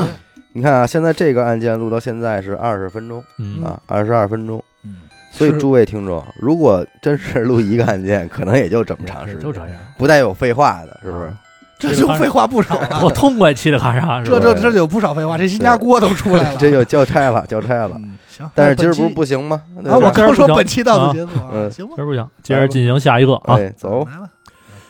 S1: 你看啊，现在这个案件录到现在是二十分钟
S3: 嗯，
S1: 啊，二十二分钟。
S2: 嗯
S1: 所以
S2: 是
S1: 诸位听众，如果真是录一个案件，可能也就这么长时
S3: 也
S1: 间，
S3: 就这样，
S1: 不带有废话的，是不是
S3: 啊？
S2: <laughs> 这就废话不少
S3: 我
S2: 了。
S3: 痛快，嘁哩咔嚓，是吧
S2: 这这这就有不少废话，这新加锅都出
S3: 啊
S2: 来了。
S1: 这就交差了，交差了。
S2: 嗯行，
S1: 但是今儿
S2: 那
S1: 不是
S2: 本期
S1: 不行吗？对
S2: 啊，我
S1: 吧
S2: 刚说本期到此结束啊，
S1: 嗯
S2: 行吧，
S3: 今儿不行，接着进行下一个啊。
S1: 哎，走，
S2: 来吧，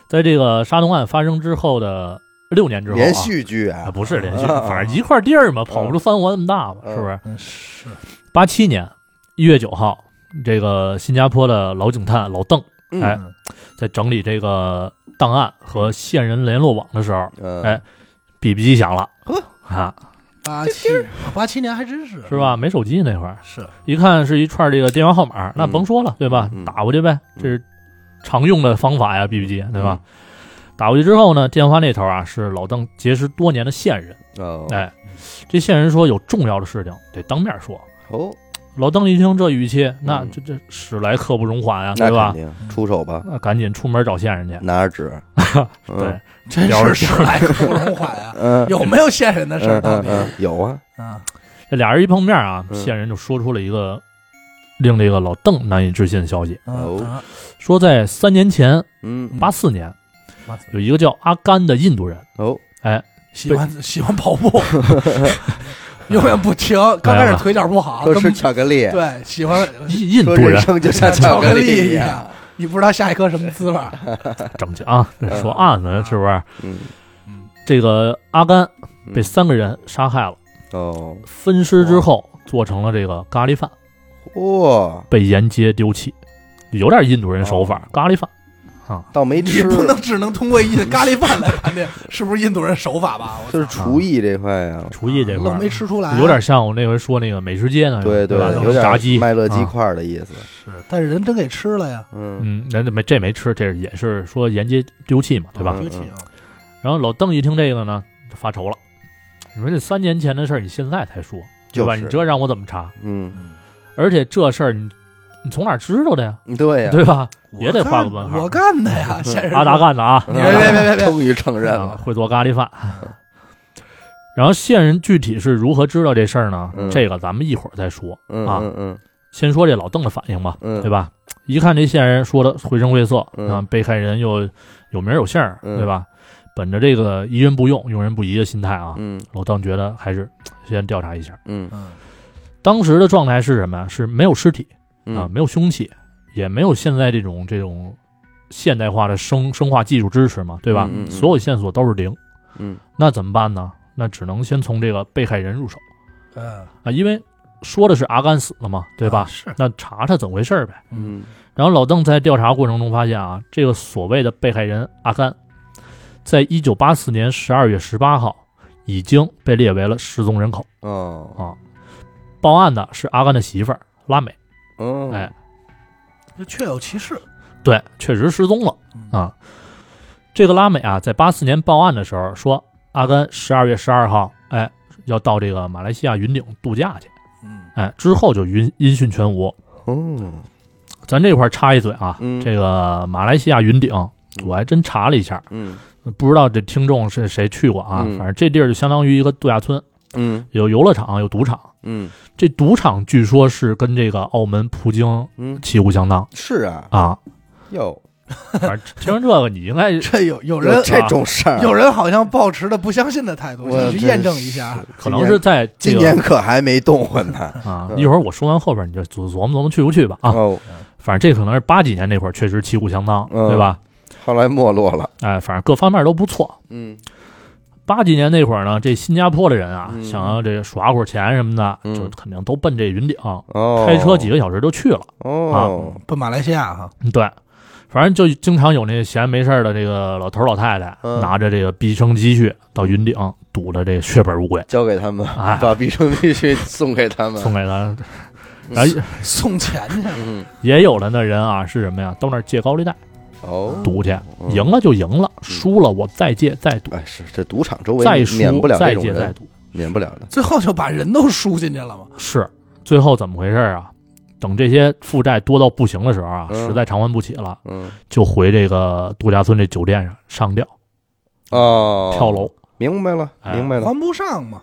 S3: 在这个沙龙案发生之后的六年之后啊，
S1: 连续剧
S3: 啊，
S1: 啊，
S3: 不是连续，
S1: 啊
S3: 反正一块地儿嘛，跑不出三国那么大吧，
S1: 嗯
S3: 是不是？
S2: 嗯是，
S3: 八七年一月九号，这个新加坡的老警探老邓
S1: 嗯
S3: 哎在整理这个档案和线人联络网的时候，
S1: 嗯，
S3: 哎哔哔机响了
S1: 呵
S3: 啊，
S2: 八七八七年还真是
S3: 是吧？没手机那会儿，
S2: 是
S3: 一看是一串这个电话号码，那
S1: 嗯
S3: 甭说了，对吧
S1: 嗯？
S3: 打过去呗，
S1: 嗯
S3: 这是常用的方法呀，BB 机，对吧
S1: 嗯？？
S3: 打过去之后呢，电话那头啊是老邓结识多年的线人，
S1: 哦，
S3: 哎，这线人说有重要的事情得当面说。
S1: 哦，
S3: 老邓一听这语气，那
S1: 嗯
S3: 这这史来刻不容缓呀，
S1: 那
S3: 啊对
S1: 肯
S3: 吧？
S1: 定，出手吧，
S3: 那赶紧出门找线人去。
S1: 拿着纸，嗯！
S3: 对，，
S2: 真是史莱克不容缓啊
S1: <laughs> 嗯，
S2: 有没有现人的事
S1: 嗯
S2: 儿
S1: 嗯
S2: 到底？
S1: 嗯，有啊，
S2: 啊，
S3: 这俩人一碰面啊，
S1: 嗯
S3: 线人就说出了一个令这个老邓难以置信的消息，
S1: 哦
S2: 啊
S3: 说在三年前，
S1: 嗯，
S3: 八四年，
S2: 啊
S3: 有一个叫阿甘的印度人，
S1: 哦，
S2: 喜欢喜欢
S1: <laughs>
S2: 跑步，永远不停。刚开始腿脚不好，
S1: 说
S2: 根
S1: 吃
S2: 本
S1: 巧克力，
S2: 对喜
S1: <laughs>
S2: 欢
S3: 印印度
S1: 说人 <laughs>
S3: 人，
S1: 生就像
S2: 像巧克力
S1: 力
S2: 一样，你不知道下一颗什么滋味儿。
S3: 整去啊，这说案子是不是？
S1: 嗯，
S2: 嗯，
S3: 这个阿甘
S1: 嗯
S3: 被三个人杀害了，
S1: 哦，
S3: 分尸之后做成了这个咖喱饭，
S1: 哇，
S3: 被沿街丢弃，有点印度人手法
S1: 哦，
S3: 咖喱饭。
S1: 倒没
S2: 你
S1: 吃，
S2: 不能只能通过印咖喱饭来判定是不是印度人手法吧？我
S1: 就是厨艺这块呀，
S3: 厨艺这块
S2: 啊愣
S3: 儿
S2: 没吃出来，
S3: 有点像我那回说那个美食街呢，
S1: 对
S3: 对吧？
S2: 对
S1: 有点
S3: 炸鸡、
S1: 麦乐鸡
S3: 啊
S1: 块儿的意思，
S2: 是，但是人真给吃了呀，
S1: 嗯
S3: 嗯，人家没这没吃，这是也是说沿街丢弃嘛，对吧？
S1: 嗯
S2: 对不起啊，
S3: 然后老邓一听这个呢，就发愁了。你说这三年前的事儿，你现在才说，对吧？
S1: 就是
S3: 你这让我怎么查？
S1: 嗯，
S3: 而且这事儿你你从哪儿知道的呀？
S1: 对呀，
S3: 对吧？
S2: 嗯我
S3: 也得画个
S2: 干
S3: 问
S2: 我
S3: 号。
S2: 干的呀，先生
S3: 阿达，干的啊，
S2: 别
S1: 嗯
S2: 别别别
S1: <laughs>
S2: 别
S1: 终于承认
S3: <laughs> 啊
S1: 了，
S3: 会做咖喱饭。
S1: 嗯
S3: <laughs> 然后线人具体是如何知道这事儿呢？
S1: 嗯
S3: 这个咱们一会儿再说，
S1: 嗯
S3: 啊
S1: 嗯嗯
S3: 先说这老邓的反应吧。
S1: 嗯，
S3: 对
S1: 吧？
S3: 吧？一看这线人说的绘声绘色，
S1: 嗯
S3: 啊，被害人又有名有姓儿，
S1: 嗯
S3: 对吧？本着这个疑人不用，用人不疑的心态啊，
S1: 嗯
S3: 老邓觉得还是先调查一下。
S1: 嗯
S2: 嗯，
S3: 当时的状态是什么呀？是没有尸体
S1: 嗯
S3: 啊，没有凶器，也没有现在这种这种现代化的生生化技术支持嘛，对吧？
S1: 嗯嗯嗯
S3: 所有线索都是零，
S1: 嗯
S3: 那怎么办呢？那只能先从这个被害人入手
S2: 嗯，
S3: 啊，因为说的是阿甘死了嘛，对吧？
S2: 啊是，
S3: 那查查怎么回事儿呗。
S1: 嗯
S3: 然后老邓在调查过程中发现啊，这个所谓的被害人阿甘，在一九八四年十二月十八号已经被列为了失踪人口
S1: 哦
S3: 啊。报案的是阿甘的媳妇儿拉美，
S1: 嗯
S3: 哎，
S2: 这确有其事，
S3: 对，确实失踪了
S2: 嗯
S3: 啊。这个拉美啊，在八四年报案的时候说，阿甘十二月十二号，哎，要到这个马来西亚云顶度假去。
S2: 嗯，
S3: 哎，之后就音音讯全无。
S1: 哦，
S3: 咱这块儿插一嘴啊，
S1: 嗯
S3: 这个马来西亚云顶，我还真查了一下，
S1: 嗯
S3: 不知道这听众是谁去过啊？
S1: 嗯
S3: 反正这地儿就相当于一个度假村，
S1: 嗯
S3: 有游乐场，有赌场。
S1: 嗯
S3: 这赌场据说是跟这个澳门葡京
S1: 嗯，
S3: 旗鼓相当
S1: 是啊，
S3: 啊。
S1: 哟，
S3: 反正听这个，你应该
S2: 这有有
S1: 有
S2: 人
S1: 这种事儿，啊
S2: 有人好像抱持着不相信的态度，
S1: 我
S2: 你去验证一下
S1: 真。是
S3: 可能是在这
S1: 今
S3: 个
S1: 年可还没动过呢。
S3: 啊，
S1: 嗯
S3: 一会儿我说完后边你就琢琢磨琢磨去不去吧啊。
S1: 哦，
S3: 反正这可能是八几年那会儿确实旗鼓相当，
S1: 嗯
S3: 对吧？
S1: 后来没落了。
S3: 哎，反正各方面都不错。
S1: 嗯
S3: 八几年那会儿呢，这新加坡的人啊，
S1: 嗯
S3: 想要这耍会儿钱什么的，
S1: 嗯
S3: 就肯定都奔这云顶，
S1: 哦，
S3: 开车几个小时就去了。啊
S1: 哦，
S2: 奔马来西亚哈，
S3: 嗯对，反正就经常有那闲没事儿的这个老头儿老太太，
S1: 嗯
S3: 拿着这个毕生积蓄到云顶赌的这血本无归，
S1: 交给他们，
S3: 哎
S1: 把毕生必须送给他们。
S3: 送给咱。然后
S2: 送钱去了，
S1: 嗯，
S3: 也有的那人啊是什么呀？到那儿借高利贷
S1: 哦，
S3: 赌去，
S1: 嗯
S3: 赢了就赢了，输了我再借再赌，
S1: 哎，是这赌场周围
S3: 再输
S1: 免不了这
S3: 再
S1: 种
S3: 借再
S1: 人，
S3: 赌。
S1: 免不了的。
S2: 最后就把人都输进去了嘛。
S3: 是，最后怎么回事儿啊？等这些负债多到不行的时候啊，
S1: 嗯
S3: 实在偿还不起了，
S1: 嗯，
S3: 就回这个度假村这酒店上上吊
S1: 哦，
S3: 跳楼。
S1: 明白了，
S3: 哎
S1: 明白了。
S2: 还不上嘛，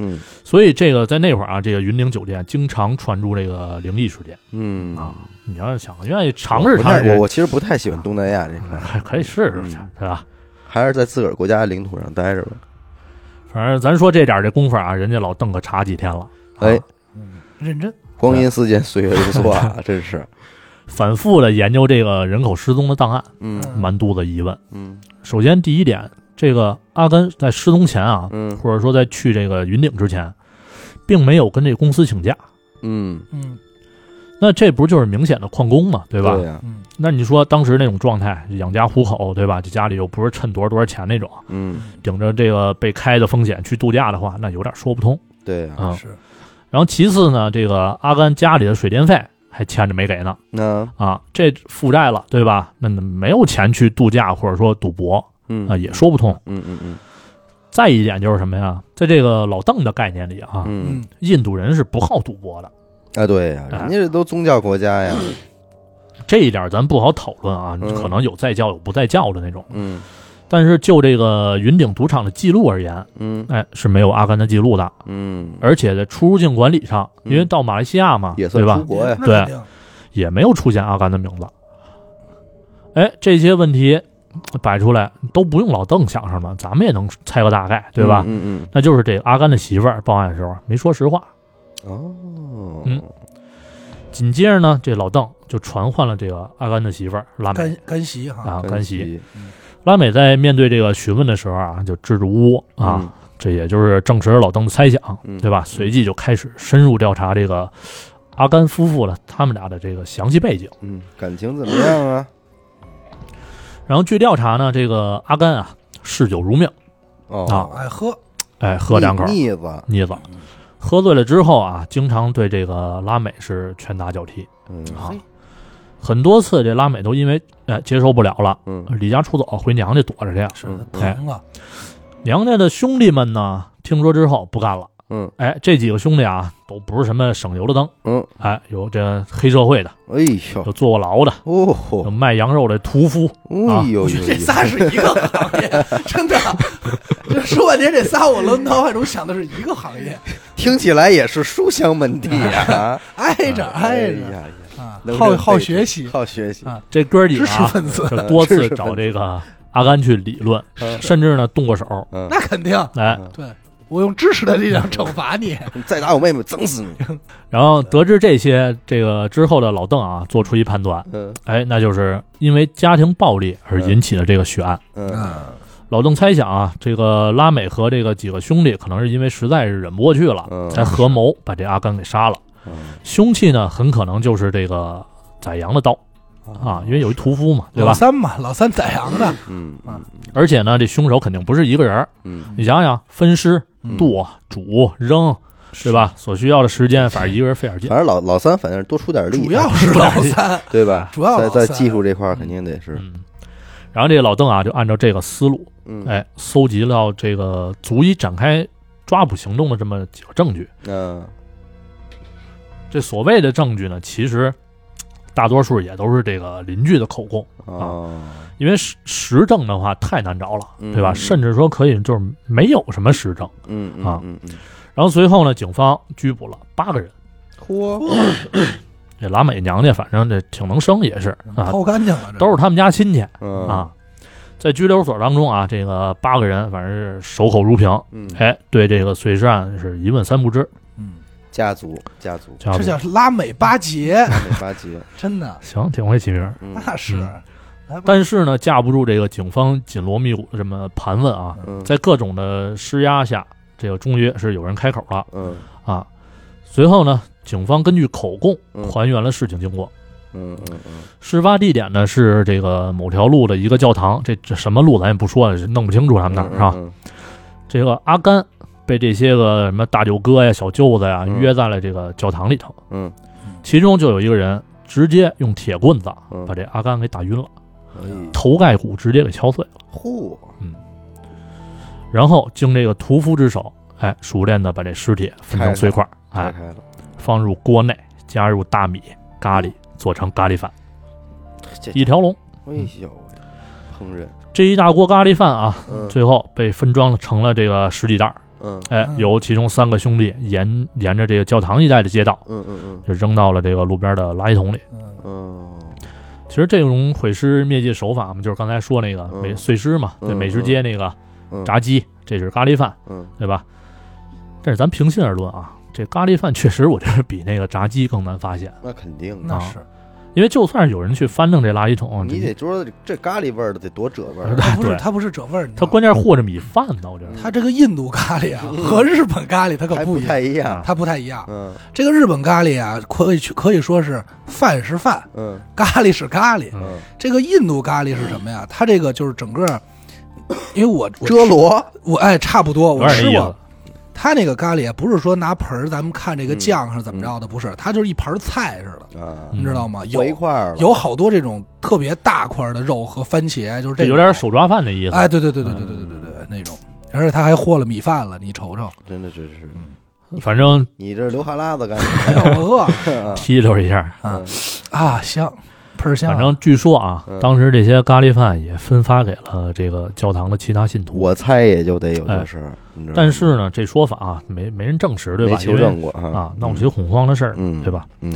S1: 嗯
S3: 所以这个在那会儿啊，这个云顶酒店经常传出这个灵异事件
S1: 嗯
S3: 啊。你要是想愿意尝试
S1: 不
S3: 尝
S1: 太我
S3: 试，
S1: 我其实不太喜欢东南亚这块，
S3: 还可以试试去
S1: 嗯，
S3: 对吧？
S1: 还是在自个儿国家领土上待着吧。
S3: 反正咱说这点儿这功夫啊，人家老邓可查几天了，啊
S1: 哎，
S2: 认真。
S1: 光阴似箭，岁月如梭啊，
S3: <laughs>
S1: 真是。
S3: 反复的研究这个人口失踪的档案，
S1: 嗯
S3: 满肚子疑问。
S1: 嗯
S3: 首先第一点，这个阿甘在失踪前啊，
S1: 嗯
S3: 或者说在去这个云顶之前，并没有跟这公司请假，
S1: 嗯，
S2: 嗯
S3: 那这不就是明显的旷工嘛，对吧？
S1: 对呀，
S2: 嗯，
S3: 那你说当时那种状态，养家糊口，对吧？这家里又不是趁多少多少钱那种，
S1: 嗯，
S3: 顶着这个被开的风险去度假的话，那有点说不通
S1: 对呀。
S3: 啊、
S2: 是
S3: 然后其次呢，这个阿甘家里的水电费还欠着没给呢
S1: 那
S3: 啊，这负债了，对吧？那没有钱去度假或者说赌博
S1: 嗯
S3: 啊，也说不通。
S1: 嗯嗯嗯
S3: 再一点就是什么呀，在这个老邓的概念里啊，
S1: 嗯，
S2: 嗯，
S3: 印度人是不好赌博的，
S1: 啊对呀，
S3: 哎
S1: 人家这都宗教国家呀。
S3: 这一点咱不好讨论啊，
S1: 嗯
S3: 可能有在教有不在教的那种。
S1: 嗯
S3: 但是就这个云顶赌场的记录而言，
S1: 嗯
S3: 哎，是没有阿甘的记录的。
S1: 嗯，
S3: 而且在出入境管理上，
S1: 嗯
S3: 因为到马来西亚嘛，
S1: 也
S3: 对
S1: 算
S3: 吧
S1: 出，国呀。
S2: 那肯定
S3: 也没有出现阿甘的名字。哎，这些问题摆出来都不用老邓想什么，咱们也能猜个大概，对吧？
S1: 嗯
S3: 那就是这阿甘的媳妇儿报案的时候没说实话。
S1: 嗯哦，
S3: 嗯紧接着呢，这老邓就传唤了这个阿甘的媳妇儿拉美
S2: 干干席哈，
S3: 啊，甘
S1: 干
S3: 喜。拉美在面对这个询问的时候啊，就支支吾吾啊，，这也就是证实了老邓的猜想
S1: 嗯，
S3: 对吧？随即就开始深入调查这个阿甘夫妇了，他们俩的这个详细背景。
S1: 嗯，感情怎么样啊？
S3: 然后据调查呢，这个阿甘啊嗜酒如命，
S1: 哦，
S2: 爱喝，
S3: 哎，啊喝两口
S1: 腻腻子，
S3: 腻子，喝醉了之后啊，经常对这个拉美是拳打脚踢
S1: 嗯
S3: 啊。很多次，这拉美都因为呃接受不了了，
S1: 嗯
S3: 离家出走回娘家躲着去了。
S2: 是
S1: 嗯
S2: 疼
S3: 哎
S2: 啊，
S3: 娘家的兄弟们呢，听说之后不干了。
S1: 嗯，
S3: 哎，这几个兄弟啊，都不是什么省油的灯。
S1: 嗯，
S3: 哎，有这黑社会的，
S1: 哎呦，
S3: 有坐过牢的，
S1: 哦
S3: 有
S1: 吼，
S3: 卖羊肉的屠夫。啊
S1: 哎呦呦，
S2: 我觉得这仨是一个行业，真的。这说半天这仨，我都脑海中想的是一个行业，
S1: 听起来也是书香门第
S3: <laughs>
S1: 呀，哎
S2: 挨
S3: 哎
S2: 着挨着
S1: 呀，
S2: 啊，好好学习，
S1: 好学 <laughs> 习，
S3: 这哥几
S2: 知
S3: 个
S2: 识
S3: 啊，
S2: 分子，嗯
S3: 就多次找这个阿甘去理论，甚至呢动过手。
S1: 嗯，
S2: <laughs> 那肯定。
S3: 哎，
S2: 对我用知识的力量惩罚你，
S1: 再打我妹妹，整死你！
S3: 然后得知这些这个之后的老邓啊，做出一判断，
S1: 嗯
S3: 哎，那就是因为家庭暴力而引起的这个血案。
S1: 嗯
S2: 嗯，
S3: 老邓猜想啊，这个拉美和这个几个兄弟可能是因为实在是忍不过去了
S1: 嗯，
S3: 才合谋把这阿甘给杀了。凶器呢，很可能就是这个宰羊的刀啊，因为有一屠夫嘛，对
S2: 老
S3: 吧？
S2: 三嘛，老三宰羊的，
S1: 嗯嗯
S2: 啊
S3: 而且呢，这凶手肯定不是一个人儿，
S1: 嗯，
S3: 你想想，分尸、
S2: 嗯
S3: 剁、煮、扔，对吧？所需要的时间，反正一个人费点劲
S1: 反。正老老三，反正多出点力，啊
S2: 主
S3: 啊
S1: <laughs>
S2: 要是老三，
S1: 对吧？
S2: 主要
S1: 在
S2: 老
S1: 在
S2: 三
S1: 技术这块儿肯定得是，
S3: 嗯，然后这个老邓啊，就按照这个思路，
S1: 嗯
S3: 哎，搜集到这个足以展开抓捕行动的这么几个证据。
S1: 嗯
S3: 这所谓的证据呢，其实大多数也都是这个邻居的口供，
S1: 哦，
S3: 因为实实证的话太难找了，
S1: 嗯
S3: 对吧？
S1: 嗯
S3: 甚至说可以就是没有什么实证。
S1: 嗯嗯
S3: 啊
S1: 嗯嗯，
S3: 然后随后呢，警方拘捕了八个人。
S1: 嚯，
S3: 这拉美娘家反正这挺能生，也是啊，
S2: 掏干净了，这
S3: 都是他们家亲戚
S1: 嗯，
S3: 啊。在拘留所当中啊，这个八个人反正是守口如瓶，
S1: 嗯，
S3: 哎，对这个碎尸案是一问三不知。
S2: 嗯，
S1: 家族家族，
S3: 这样
S2: 这
S3: 子
S2: 叫拉美巴结，
S1: 南美巴结，
S2: 真的，
S3: 行，挺会起名儿。
S2: <laughs>
S1: 嗯
S2: 那是哎还
S3: 嗯。
S2: 不
S3: 但是呢，架不住这个警方紧锣密鼓的这么盘问啊，
S1: 嗯
S3: 在各种的施压下，这个终于是有人开口了
S1: 嗯
S3: 啊。随后呢，警方根据口供
S1: 嗯
S3: 还原了事情经过。
S1: 嗯嗯嗯，
S3: 事发地点呢是这个某条路的一个教堂，这这什么路咱也不说了，弄不清楚他们哪儿是吧？
S1: 嗯？
S3: 这个阿甘被这些个什么大舅哥呀、小舅子呀
S1: 嗯
S3: 约在了这个教堂里头，
S1: 嗯
S3: 其中就有一个人直接用铁棍子
S1: 嗯
S3: 把这阿甘给打晕了，
S1: 嗯，哎，
S3: 头盖骨直接给敲碎了，
S1: 嚯，
S3: 然后经这个屠夫之手，哎，熟练的把这尸体分成碎块，
S1: 拆
S3: 哎，
S1: 开了，
S3: 放入锅内，加入大米、咖
S1: 嗯
S3: 喱，做成咖喱饭，
S1: 这
S3: 一条龙。
S1: 哎呦喂，烹饪，
S3: 这一大锅咖喱饭啊，
S1: 嗯
S3: 最后被分装成了这个十几袋儿，
S1: 嗯
S3: 哎，
S2: 嗯
S3: 由其中三个兄弟沿沿着这个教堂一带的街道，
S1: 嗯嗯
S3: 就扔到了这个路边的垃圾桶里。
S2: 嗯
S1: 嗯嗯，
S3: 其实这种毁尸灭迹手法嘛，就是刚才说那个
S1: 嗯
S3: 美碎尸嘛，
S1: 嗯
S3: 对，美食街那个
S1: 嗯
S3: 炸鸡，这是咖喱饭，
S1: 嗯
S3: 对吧？但是咱平心而论啊，这咖喱饭确实我觉得比那个炸鸡更难发现，
S1: 那肯定的，
S2: 那
S3: 啊
S2: 是，
S3: 因为就算是有人去翻弄这垃圾桶，
S1: 哦你
S3: 这
S1: 得说这咖喱味儿的得多褶味儿，啊
S2: 他不是
S3: 对
S2: 他不是这味儿，你知
S3: 他
S2: 道吗
S3: 关键是和着米饭呢，我觉得
S1: 嗯
S2: 他这个印度咖喱啊
S1: 嗯
S2: 和日本咖喱它可
S1: 还
S2: 不
S1: 不
S2: 一样，
S1: 太一样，
S2: 它不太一样。
S1: 嗯
S2: 这个日本咖喱啊，可以去可以说是饭是饭，
S1: 嗯
S2: 咖喱是咖喱。
S1: 嗯，
S2: 这个印度咖喱是什么呀？它这个就是整个，因为我我
S1: 遮罗，
S2: 我哎差不多，
S3: 有
S2: 我
S3: 点
S2: 吃
S3: 那意
S2: 过
S3: 思。。
S2: 它那个咖喱啊不是说拿盆儿，咱们看这个
S1: 嗯
S2: 酱是怎么着的，不是，它就是一盘菜似的，
S1: 啊，
S3: 嗯
S2: 你知道吗？有
S1: 和一块儿了，
S2: 有好多这种特别大块儿的肉和番茄，就是
S3: 这
S2: 种
S3: 有点手抓饭的意思，
S2: 哎，对对对对对对对对对那种，而且他还和了米饭了，你瞅瞅，
S1: 真的真是，
S3: 嗯反正
S1: 你这流哈喇子干
S2: 哎呀，我
S1: 的，
S3: 踢溜一下，
S1: 嗯
S2: 饿啊，香，倍儿香啊。
S3: 反正据说啊
S1: 嗯，
S3: 当时这些咖喱饭也分发给了这个教堂的其他信徒。
S1: 我猜也就得有这事儿，你知道吗
S3: 哎但是呢，这说法啊，没没人证实，对
S1: 嗯没
S3: 吧？
S1: 求证过
S3: 因为
S1: 啊，
S3: 啊，闹起恐慌的事儿，
S1: 嗯
S3: 对吧？
S1: 嗯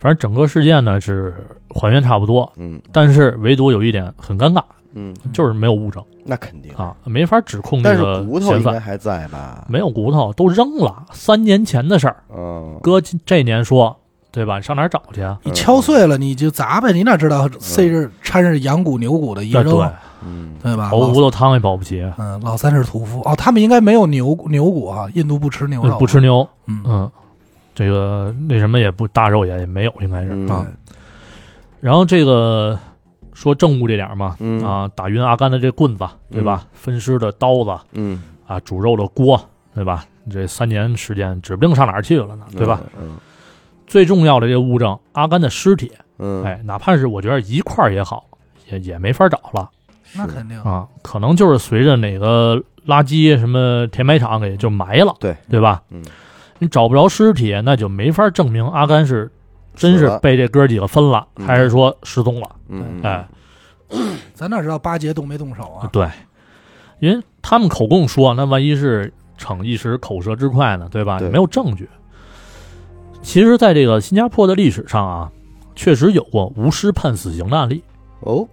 S3: 反正整个事件呢是还原差不多，
S1: 嗯
S3: 但是唯独有一点很尴尬，
S1: 嗯，
S3: 就是没有物证
S1: 那肯定，
S3: 啊，没法指控
S1: 但
S3: 这
S1: 是
S3: 个
S1: 骨头
S3: 嫌
S1: 应该
S3: 犯。
S1: 还在吧？
S3: 没有骨头都扔了，三年前的事儿，
S1: 嗯，
S3: 哥今这年说，对吧？你上哪儿找去啊？
S2: 你敲碎了你就砸呗，你哪知道塞着掺着羊骨牛骨的一啊
S3: 对对，
S2: 扔，
S3: 熬
S1: 嗯
S2: 对吧？
S3: 骨
S2: 老
S3: 头汤也保不齐，
S2: 嗯，老三是屠夫哦，他们应该没有牛牛骨啊，印度不吃牛肉，
S3: 不吃，牛，
S2: 嗯
S3: 嗯，这个那什么也不大肉也也没有，应该是。
S1: 嗯
S2: 啊，
S3: 然后这个说证物这点儿嘛，
S1: 嗯
S3: 啊，打晕阿甘的这棍子，对吧？分尸的刀子
S1: 嗯，
S3: 啊，煮肉的锅，对吧？这三年时间指不定上哪儿去了呢，对吧？？
S1: 嗯
S3: 最重要的这个物证，阿甘的尸体，
S1: 嗯，
S3: 哎，哪怕是我觉得一块儿也好，也也没法找了
S1: 是，
S2: 那肯定，
S3: 啊，可能就是随着哪个垃圾什么填埋场给就埋了，
S1: 对
S3: 对吧？
S1: 嗯，
S3: 你找不着尸体，那就没法证明阿甘是真
S1: 死
S3: 是
S1: 了
S3: 被这哥几个分了，
S1: 嗯
S3: 还是说失踪了。
S1: 嗯，
S3: 哎，
S2: 咱哪知道巴结动没动手啊？
S3: 对，因为他们口供说，那万一是逞一时口舌之快呢，对吧？
S1: 对
S3: 没有证据。其实，在这个新加坡的历史上啊，确实有过无尸判死刑的案例。
S1: 哦，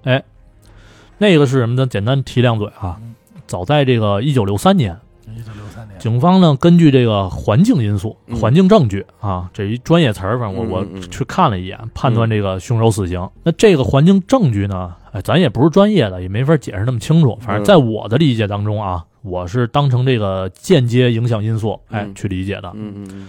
S3: 那个是什么呢？简单提两嘴啊。早在这个一九六三年，
S2: 一九六三年，
S3: 警方呢根据这个环境因素、
S1: 嗯
S3: 环境证据啊这一专业词儿，反正我
S1: 嗯
S3: 我
S1: 嗯嗯
S3: 去看了一眼，判断这个凶手死刑。那这个环境证据呢，哎，咱也不是专业的，也没法解释那么清楚。反正
S1: 嗯
S3: 在我的理解当中啊，我是当成这个间接影响因素哎
S1: 嗯
S3: 去理解的。
S1: 嗯嗯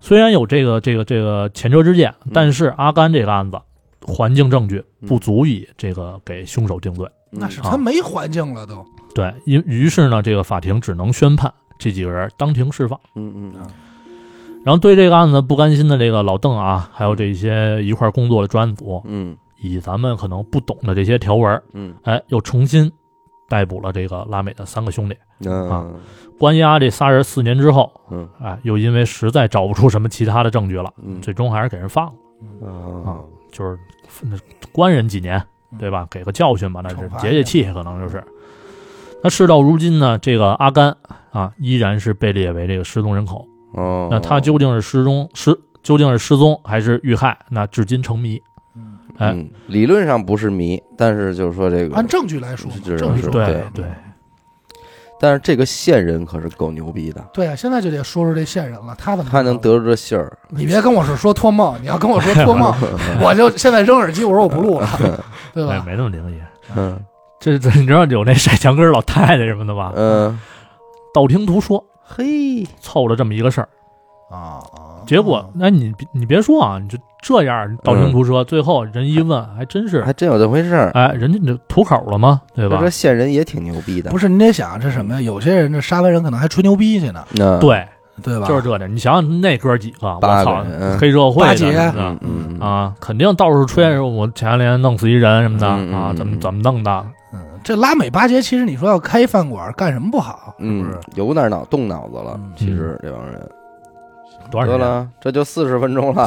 S3: 虽然有这个这个这个前车之鉴，但是阿甘这个案子环境证据不足以这个给凶手定罪。
S1: 嗯，
S2: 那是
S3: 啊
S2: 他没环境了都，
S3: 对，因于是呢，这个法庭只能宣判这几个人当庭释放。
S1: 嗯
S3: 啊
S1: 嗯
S3: 然后对这个案子不甘心的这个老邓啊，还有这些一块儿工作的专案组，
S1: 嗯
S3: 以咱们可能不懂的这些条文儿，
S1: 嗯
S3: 哎，又重新逮捕了这个拉美的三个兄弟，
S1: 嗯
S3: 关押这仨人四年之后，
S1: 嗯
S3: 哎，又因为实在找不出什么其他的证据了，
S1: 嗯
S3: 最终还是给人放了，
S2: 嗯
S1: 啊
S3: 就是那关人几年，
S2: 嗯
S3: 对吧？给个教训吧，那
S2: 惩
S3: 是
S2: 罚
S3: 解解气，可能就是。那事到如今呢，这个阿甘啊，依然是被列为这个失踪人口。
S1: 哦，
S3: 那他究竟是失踪失，究竟是失踪还是遇害？那至今成谜。
S2: 嗯
S3: 哎
S1: 嗯理论上不是谜，但是就是说这个
S2: 按，证据来说嘛，
S1: 是
S2: 证据
S1: 是
S2: 说
S1: 对
S3: 对
S1: 但是这个线人可是够牛逼的，
S2: 对啊，现在就得说说这线人了，他怎么
S1: 他能？得出这信儿，
S2: 你别跟我是说托梦，你要跟我说
S1: <laughs>
S2: 托梦，我就现在扔耳机，我说我不录了，对
S3: 没
S2: 吧？
S3: 哎没那么灵异。
S1: 嗯
S3: 这这，你知道有那晒墙根儿老太太什么的吧？
S1: 嗯，
S3: 道听途说
S1: 嘿，
S3: 凑了这么一个事儿，
S2: 啊啊！
S3: 结果那你别你别说啊，你就这样道听途说，最后人一问，还真是，
S1: 嗯还真有这回事儿，
S3: 哎，人家这吐口了吗？对吧
S1: 这？线人也挺牛逼的，
S2: 不是你得想这什
S3: 嗯
S2: 么呀？有些人这杀完人可能还吹牛逼去呢，
S1: 那
S3: 对，
S2: 对吧？
S3: 就是这点。你想想那哥几个，我
S1: 八个
S3: 操
S1: 人，嗯
S3: 黑社会
S2: 八
S3: 的
S2: 姐
S3: 你知道
S1: 嗯嗯
S3: 啊，肯定到处吹说我前两天弄死一人什么的
S1: 嗯嗯
S3: 啊，
S1: 嗯
S3: 怎么
S1: 嗯
S3: 怎么弄的？
S2: 嗯，这拉美巴结，其实你说要开饭馆干什么不好？是不
S1: 嗯
S2: 是？，
S1: 有点脑动脑子了，
S2: 嗯
S1: 其实这帮人。
S3: 多少啊
S1: 得
S3: 时间？
S1: 了，这就四十分钟了，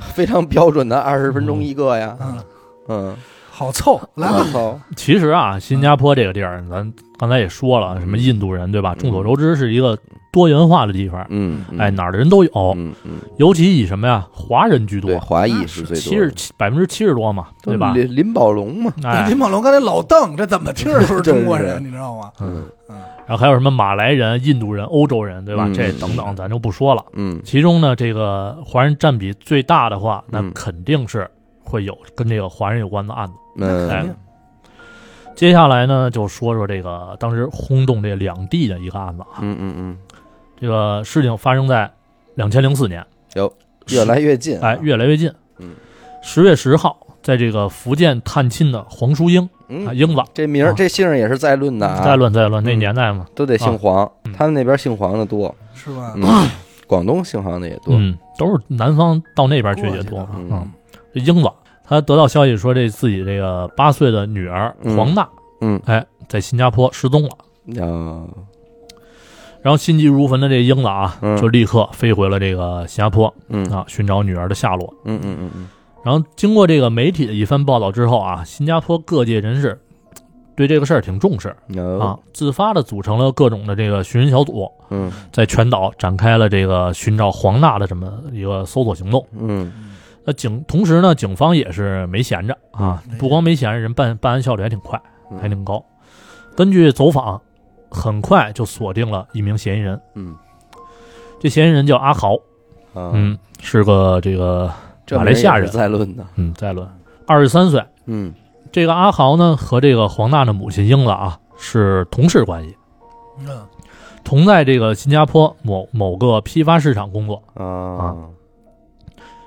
S1: 非常标准的二十分钟一个呀。
S2: 嗯，
S1: 嗯，
S2: 好凑，来吧
S1: 我，
S3: 嗯
S1: 操，
S3: 其实啊，新加坡这个地儿，咱刚才也说了，什么
S1: 嗯
S3: 印度人对吧？众所周知是一个多元化的地方，
S1: 嗯，嗯
S3: 哎，哪儿的人都有，
S1: 嗯嗯，
S3: 尤其以什么呀，华人居
S1: 对，
S3: 多，
S1: 华裔是最
S3: 七
S1: 多
S3: 十
S1: 的，
S3: 百分之七十多嘛，对吧？
S1: 林林宝龙嘛，
S3: 哎
S2: 林，猛龙刚才老瞪，这怎么听着都是中国人，
S1: 真
S2: 你知道吗？
S3: 嗯，
S2: 嗯
S3: 然后还有什么马来人、印度人、欧洲人，对吧？
S1: 嗯
S3: 这等等，咱就不说了。
S1: 嗯
S3: 其中呢，这个华人占比最大的话，那
S1: 嗯
S3: 肯定是会有跟这个华人有关的案子。
S2: 肯
S1: 嗯
S2: 定
S3: 哎接下来呢，就说说这个当时轰动这两地的一个案子啊。
S1: 嗯嗯嗯，
S3: 这个事情发生在两千零四年，
S1: 有越来越近，
S3: 哎，，越来越近。
S1: 啊嗯，
S3: 十月十号，在这个福建探亲的黄淑英啊，
S1: 嗯，
S3: 英子
S1: 这名儿
S3: 啊
S1: 这姓儿也是在论的
S3: 再
S1: 啊，
S3: 乱再乱，那
S1: 嗯
S3: 年代嘛，
S1: 都得姓黄
S3: 嗯，
S1: 他们那边姓黄的多，
S2: 是吧？
S1: 嗯，广东姓黄的也多，
S3: 嗯，都是南方到那边去也多
S2: 过
S1: 去的
S3: 嗯，这英子，她得到消息说这自己这个八岁的女儿
S1: 嗯
S3: 黄娜，
S1: 嗯，
S3: 哎，在新加坡失踪了。
S1: 啊，
S3: 然后心急如焚的这英子啊，
S1: 嗯
S3: 就立刻飞回了这个新加坡
S1: 嗯
S3: 啊，寻找女儿的下落。
S1: 嗯嗯嗯嗯，
S3: 然后经过这个媒体的一番报道之后啊，新加坡各界人士对这个事儿挺重视啊
S1: 有，，
S3: 自发的组成了各种的这个寻人小组，
S1: 嗯
S3: 在全岛展开了这个寻找黄娜的这么一个搜索行动。
S1: 嗯
S3: 那警同时呢，警方也是没闲着啊
S2: 嗯，
S3: 不光没闲着，人办办案效率还挺快，
S1: 嗯
S3: 还挺高。根据走访，很快就锁定了一名嫌疑人，
S1: 嗯
S3: 这嫌疑人叫阿豪，
S1: 啊，
S3: 嗯，是个这个
S1: 这
S3: 马来西亚
S1: 名儿也
S3: 人
S1: 是，在论的，
S3: 嗯，在伦，二十三岁。
S1: 嗯
S3: 这个阿豪呢和这个黄娜的母亲英子啊是同事关系，
S2: 嗯，
S3: 同在这个新加坡某某个批发市场工作。
S1: 啊，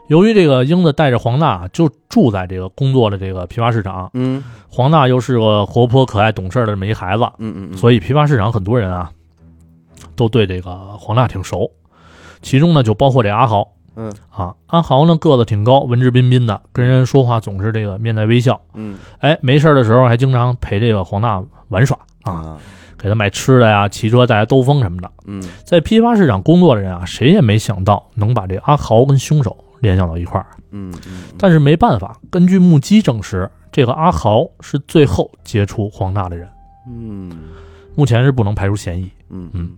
S3: 由于这个英子带着黄娜啊就住在这个工作的这个批发市场，
S1: 嗯。
S3: 黄娜又是个活泼可爱、懂事儿的这么一孩子，
S1: 嗯嗯，
S3: 所
S1: 以
S3: 以批发市场很多人啊都对这个黄娜挺熟，其中呢就包括这阿豪。
S1: 嗯
S3: 啊，阿豪呢个子挺高，文质彬彬的，跟人说话总是这个面带微笑。
S1: 嗯
S3: 哎，没事儿的时候还经常陪这个黄娜玩耍啊，
S1: 啊
S3: 给她买吃的呀，骑车带她兜风什么的。
S1: 嗯
S3: 在批发市场工作的人啊，谁也没想到能把这阿豪跟凶手联想到一块儿。
S1: 嗯嗯，
S3: 但是没办法，根据目击证实，这个阿豪是最后接触黄娜的人，
S1: 嗯
S3: 目前是不能排除嫌疑。
S1: 嗯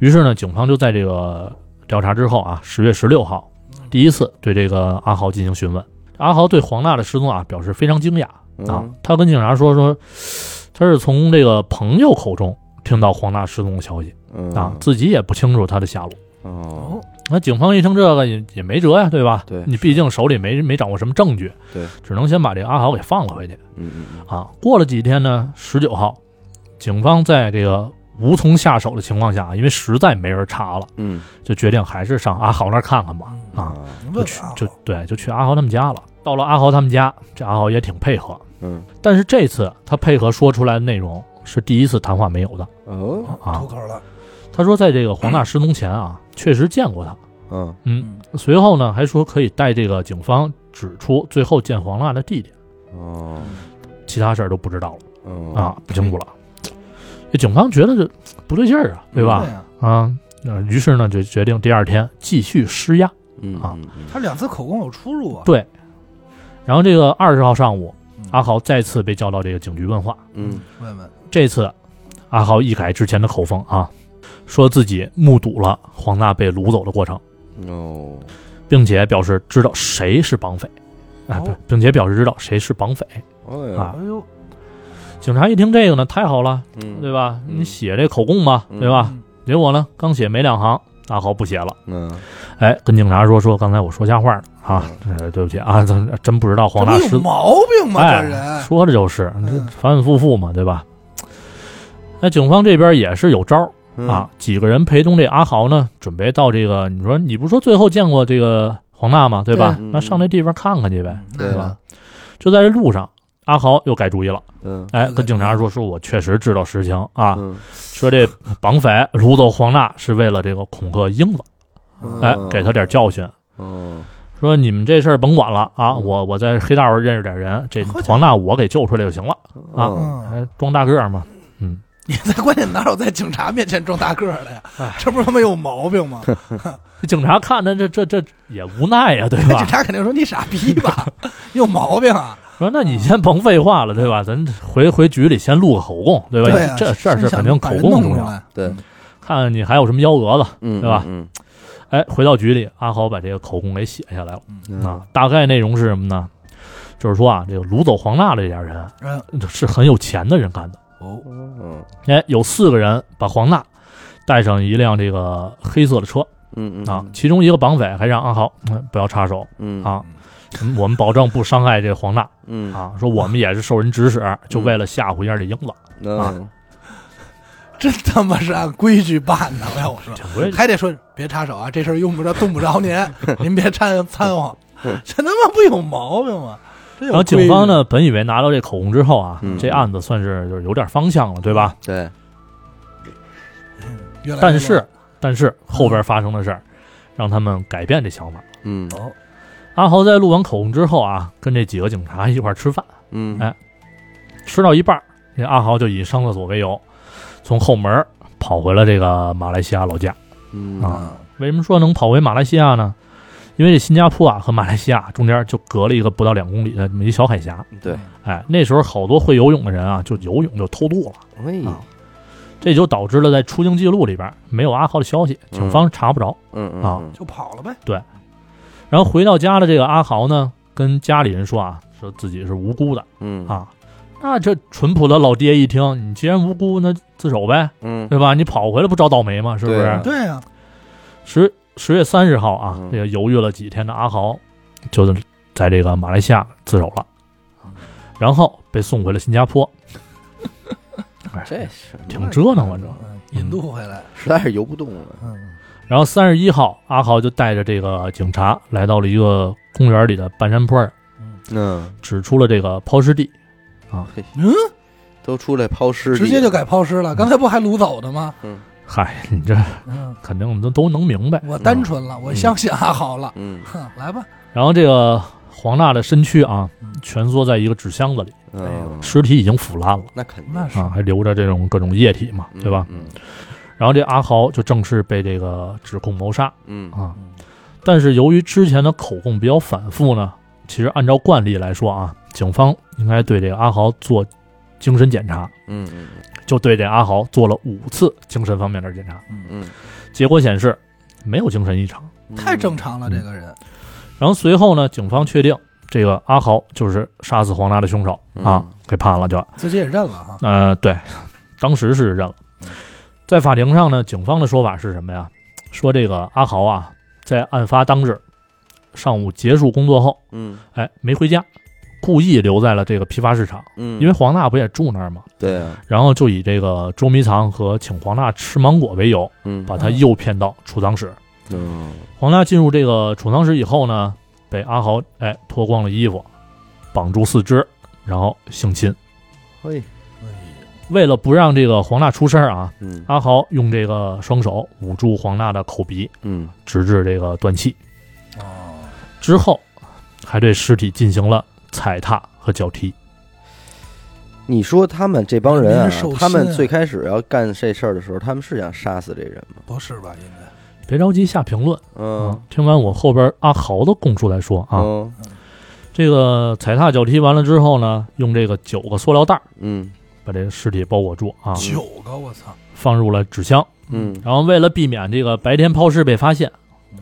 S3: 于是呢，警方就在这个调查之后啊，十月十六号，第一次对这个阿豪进行询问。阿豪对黄娜的失踪啊表示非常惊讶
S1: 嗯
S3: 啊，他跟警察说说，他是从这个朋友口中听到黄娜失踪的消息
S1: 嗯
S3: 啊，自己也不清楚她的下落。
S1: 哦
S3: 那警方一听这个也也没辙呀，对吧？
S1: 对
S3: 你毕竟手里没没掌握什么证据，
S1: 对，
S3: 只能先把这个阿豪给放了回去
S1: 嗯嗯
S3: 啊。过了几天呢，十九号，警方在这个无从下手的情况下，因为实在没人查了，
S1: 嗯
S3: 就决定还是上阿豪那儿看看吧
S2: 嗯
S3: 啊，
S1: 啊
S2: 你
S3: 就
S2: 问
S3: 去
S2: 啊，
S3: 就对，就去阿豪他们家了。到了阿豪他们家，这阿豪也挺配合，
S1: 嗯
S3: 但是这次他配合说出来的内容是第一次谈话没有的。
S1: 哦
S3: 啊
S2: 吐口了，
S3: 他说，在这个黄大失踪前 <clears throat> 啊，确实见过他，
S1: 嗯
S3: 嗯，
S2: 嗯，
S3: 随后呢，还说可以带这个警方指出最后见黄娜的地点。
S1: 哦
S3: 其他事儿都不知道了
S1: 嗯
S3: 啊，不清楚了。这警方觉得这不对劲儿啊，对吧？
S2: 呀？
S3: 啊，那于是呢就决定第二天继续施压。
S1: 嗯
S3: 啊
S1: 嗯嗯
S2: 他两次口供有出入啊。
S3: 对然后这个二十号上午，
S2: 嗯
S3: 阿豪再次被叫到这个警局问话。
S1: 嗯
S2: 问问，
S3: 这次，阿豪一改之前的口风啊，说自己目睹了黄娜被掳走的过程，
S1: 嗯哦，
S3: 并且表示知道谁是绑匪，啊，不
S2: 哦，
S3: 并且表示知道谁是绑匪。
S1: 哎
S3: 啊
S1: 呀，
S2: 哎呦，
S3: 警察一听这个呢，太好了，对
S1: 嗯
S3: 吧？
S1: 嗯
S3: 你写这口供吧，
S1: 嗯
S3: 对吧？
S2: 嗯
S3: 结果呢，刚写没两行，阿豪不写了，
S1: 嗯
S3: 哎，跟警察说说刚才我说瞎话了啊，呃对不起啊，真真不知道
S2: 嗯这
S3: 黄
S2: 不
S3: 大
S2: 有
S3: 师
S2: 毛病吗？这
S3: 哎，
S2: 人，嗯
S3: 说的就是这反反复复嘛，对吧？那警方这边也是有招儿
S1: 嗯
S3: 啊，几个人陪同这阿豪呢，准备到这个，你说你不是说最后见过这个黄娜吗？对吧
S1: 对？
S3: 那上那地方看看去呗，
S2: 嗯
S1: 对
S3: 对
S1: 吧
S3: 吧？就在这路上，阿豪又改主意了，
S1: 嗯
S3: 哎，
S2: 又改
S3: 跟警察说说我确实知道实情啊，
S1: 嗯
S3: 说这绑匪掳走黄娜是为了这个恐吓英子，
S1: 嗯
S3: 哎，给他点教训。
S1: 哦
S3: 说你们这事儿甭管了啊！
S1: 嗯
S3: 我我在黑道上认识点人，这
S2: 好家伙
S3: 黄娜我给救出来就行了。啊
S1: 哦
S2: 嗯，
S3: 哎，装大个儿嘛，
S2: <laughs> 你在关键哪有在警察面前装大个儿的呀？这不是他妈有毛病
S3: <laughs>
S2: 吗？
S3: 这警察看着这这这也无奈呀、对
S2: 那
S3: 吧
S2: 警？察肯定说你傻逼吧，有毛病啊！
S3: 说那你先甭废话了，对吧？咱回回局里先录个口供， <laughs> 对吧？
S2: 对啊，
S3: 这事儿是肯定
S2: 想把
S3: 口
S2: 人
S3: 供
S2: 弄
S3: 重
S2: 出
S3: 要，
S2: 来。
S1: 对，
S3: 看看你还有什么幺蛾子。
S1: 嗯
S3: 对吧
S1: 嗯
S3: 哎，回到局里，阿豪把这个口供给写下来了
S1: 嗯
S3: 啊。大概内容是什么呢？就是说啊，这个掳走黄娜这家人
S2: 嗯，
S3: 是很有钱的人干的。
S2: 哦，
S1: 嗯
S3: 哎，有四个人把黄娜带上一辆这个黑色的车
S1: 嗯嗯
S3: 啊，其中一个绑匪还让阿豪、嗯不要插手
S1: 嗯
S3: 啊，嗯我们保证不伤害这黄娜。
S1: 嗯
S3: 啊，说我们也是受人指使，
S2: 嗯
S3: 就为了吓唬一下这英子，
S1: 嗯
S2: 真他妈是按规矩办的，我哎要我说，
S3: 这回
S2: 还得说别插手啊，这事儿用不着，动不着您，您别掺掺和，这他妈不有毛病吗？然
S3: <laughs> 然后警方，呢，本以为拿到这口供之后啊，
S1: 嗯
S3: 这案子算是就是有点方向了，对吧？
S1: 对
S2: 越来越
S3: 但是但是后边发生的事儿，让他们改变这想法。
S1: 嗯
S2: 哦，
S3: 阿豪在录完口供之后啊，跟这几个警察一块儿吃饭，
S1: 嗯
S3: 哎吃到一半儿，这阿豪就以上厕所为由，从后门儿跑回了这个马来西亚老家。
S1: 嗯
S3: 啊
S2: 嗯
S3: 为什么说能跑回马来西亚呢？因为这新加坡啊和马来西亚中间就隔了一个不到两公里的这么一小海峡，
S1: 对，
S3: 哎，那时候好多会游泳的人啊，就游泳就偷渡了，
S1: 喂
S3: 啊这就导致了在出境记录里边没有阿豪的消息，警方查不着。
S1: 嗯嗯
S3: 啊
S1: 嗯
S2: 就跑了呗，
S3: 然后回到家的这个阿豪呢，跟家里人说啊，说自己是无辜的
S1: 嗯
S3: 啊。那这淳朴的老爹一听，你既然无辜，那自首呗，
S1: 嗯
S3: 对吧？你跑回来不找倒霉吗？是不
S1: 对
S3: 是
S1: 啊？
S2: 对呀，
S3: 十十月三十号啊
S1: 嗯，
S3: 这个犹豫了几天的阿豪，就是在这个马来西亚自首了，
S1: 嗯
S3: 然后被送回了新加
S1: <laughs>
S3: 坡。哎
S1: 这是
S3: 挺折腾啊，这。
S2: 嗯引渡回来，
S1: 实在是游不动了
S2: 嗯，
S3: 然后三十一号，阿豪就带着这个警察来到了一个公园里的半山坡儿，
S1: 嗯
S3: 指出了这个抛尸地。
S1: 都出来抛尸
S2: 直接就改抛尸了，刚才不还掳走的吗？
S3: 嗨，你这
S2: 嗯，
S3: 肯定都都能明白。
S2: 我单纯了，我相信阿豪了，
S1: 嗯
S2: 哼，来吧，
S3: 然后这个黄娜的身躯啊
S2: 嗯，
S3: 蜷缩在一个纸箱子里，
S1: 嗯
S3: 尸体已经腐烂了
S1: 那肯定
S2: 那是
S3: 啊，还留着这种各种液体嘛，对吧？
S1: 嗯
S3: 然后这阿豪就正式被这个指控谋杀
S1: 嗯
S3: 啊
S2: 嗯。
S3: 但是由于之前的口供比较反复呢，其实按照惯例来说啊，警方应该对这个阿豪做精神检查。
S1: 嗯嗯
S3: 就对这阿豪做了五次精神方面的检查，
S2: 嗯，
S1: 嗯
S3: 结果显示没有精神异常。
S1: 嗯
S2: 太正常了，这个人，
S3: 然后随后呢，警方确定这个阿豪就是杀死黄达的凶手
S1: 嗯
S3: 啊，给判了就。
S2: 自己也认了哈，
S3: 呃，对，当时是认了。在法庭上呢，警方的说法是什么呀？说这个阿豪啊，在案发当日上午结束工作后，
S1: 嗯
S3: 哎，没回家，故意留在了这个批发市场，
S1: 嗯，
S3: 因为黄娜不也住那儿吗？
S1: 对啊，
S3: 然后就以这个捉迷藏和请黄娜吃芒果为由，
S1: 嗯
S3: 把他诱骗到储藏室。
S1: 嗯
S3: 黄大进入这个储藏室以后呢，被阿豪哎脱光了衣服，绑住四肢，然后性侵。
S1: 嘿
S3: 为了不让这个黄娜出声啊，
S1: 嗯
S3: 阿豪用这个双手捂住黄娜的口鼻，
S1: 嗯
S3: 直至这个断气。
S2: 哦，
S3: 之后，还对尸体进行了踩踏和脚踢。
S1: 你说他们这帮人
S2: 人
S1: 啊
S2: 民受，
S1: 他
S2: 薪
S1: 们
S2: 啊
S1: 最开始要干这事儿的时候，他们是想杀死这人吗？
S2: 不是吧？应该
S3: 别着急下评论啊
S1: 嗯，
S3: 听完我后边阿豪的供述来说啊，
S1: 嗯
S3: 这个踩踏脚踢完了之后呢，用这个九个塑料袋儿
S1: 嗯
S3: 把这个尸体包裹住啊，
S2: 九个，我操！
S3: 放入了纸箱。
S1: 嗯
S3: 然后为了避免这个白天抛尸被发现，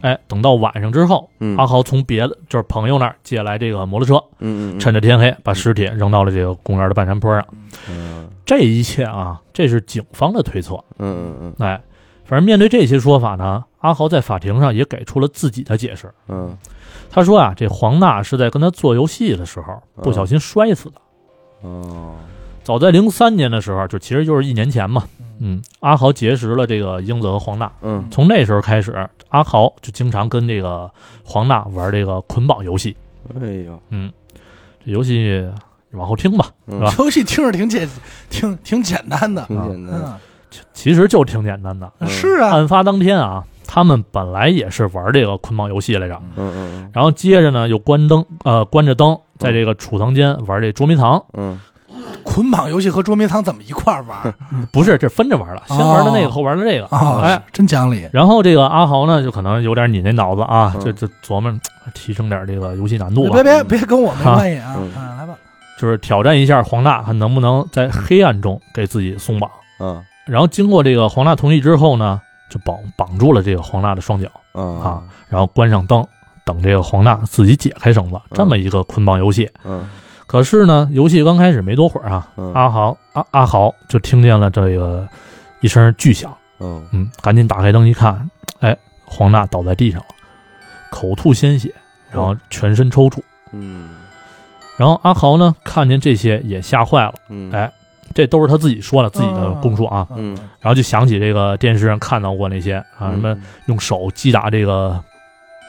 S3: 哎，等到晚上之后，
S1: 嗯
S3: 阿豪从别的就是朋友那儿借来这个摩托车，
S1: 嗯嗯，
S3: 趁着天黑把尸体扔到了这个公园的半山坡上。
S1: 嗯
S3: 这一切啊，这是警方的推测。
S1: 嗯嗯
S3: 哎，反正面对这些说法呢，阿豪在法庭上也给出了自己的解释。
S1: 嗯
S3: 他说啊，这黄娜是在跟他做游戏的时候不小心摔死的。
S1: 嗯哦
S3: 早在零三年的时候，就其实就是一年前嘛，嗯，阿豪结识了这个英子和黄娜。
S1: 嗯
S3: 从那时候开始，阿豪就经常跟这个黄娜玩这个捆绑游戏。
S1: 哎呦
S3: 嗯，这游戏往后听吧，
S1: 嗯
S3: 是吧？
S2: 游戏听着挺简，挺挺简单的。
S1: 挺简单
S2: 嗯，
S3: 其实就挺简单的。
S1: 嗯
S2: 是啊，
S3: 案发当天啊，他们本来也是玩这个捆绑游戏来着，
S1: 嗯嗯
S3: 然后接着呢又关灯，呃，关着灯，在这个储藏间玩这捉迷藏，
S1: 嗯
S2: 捆绑游戏和捉迷藏怎么一块儿玩儿
S3: 不是，这分着玩的，先玩
S2: 哦
S3: 的那个，后玩的这个，哎
S2: 啊？。真讲理。
S3: 然后这个阿豪呢，就可能有点你那脑子啊，
S1: 嗯
S3: 就就琢磨提升点这个游戏难度吧
S2: 别，别别跟我没关系啊！
S1: 嗯
S2: 啊，来吧，
S3: 就是挑战一下黄大，看能不能在黑暗中给自己松绑。
S1: 嗯
S3: 然后经过这个黄大同意之后呢，就绑绑住了这个黄大的双脚，
S1: 嗯
S3: 啊然后关上灯，等这个黄大自己解开绳子，这么一个捆绑游戏。
S1: 嗯
S3: 可是呢，游戏刚开始没多会儿啊，
S1: 嗯
S3: 阿豪阿阿豪就听见了这个一声巨响，
S1: 嗯
S3: 嗯，赶紧打开灯一看，哎，黄娜倒在地上了，口吐鲜血，然后全身抽搐。
S1: 嗯
S3: 然后阿豪呢，看见这些也吓坏了，
S1: 嗯
S3: 哎这都是他自己说的自己的
S2: 哦
S3: 供述啊。
S1: 嗯
S3: 然后就想起这个电视上看到过那些啊，什么用手击打这个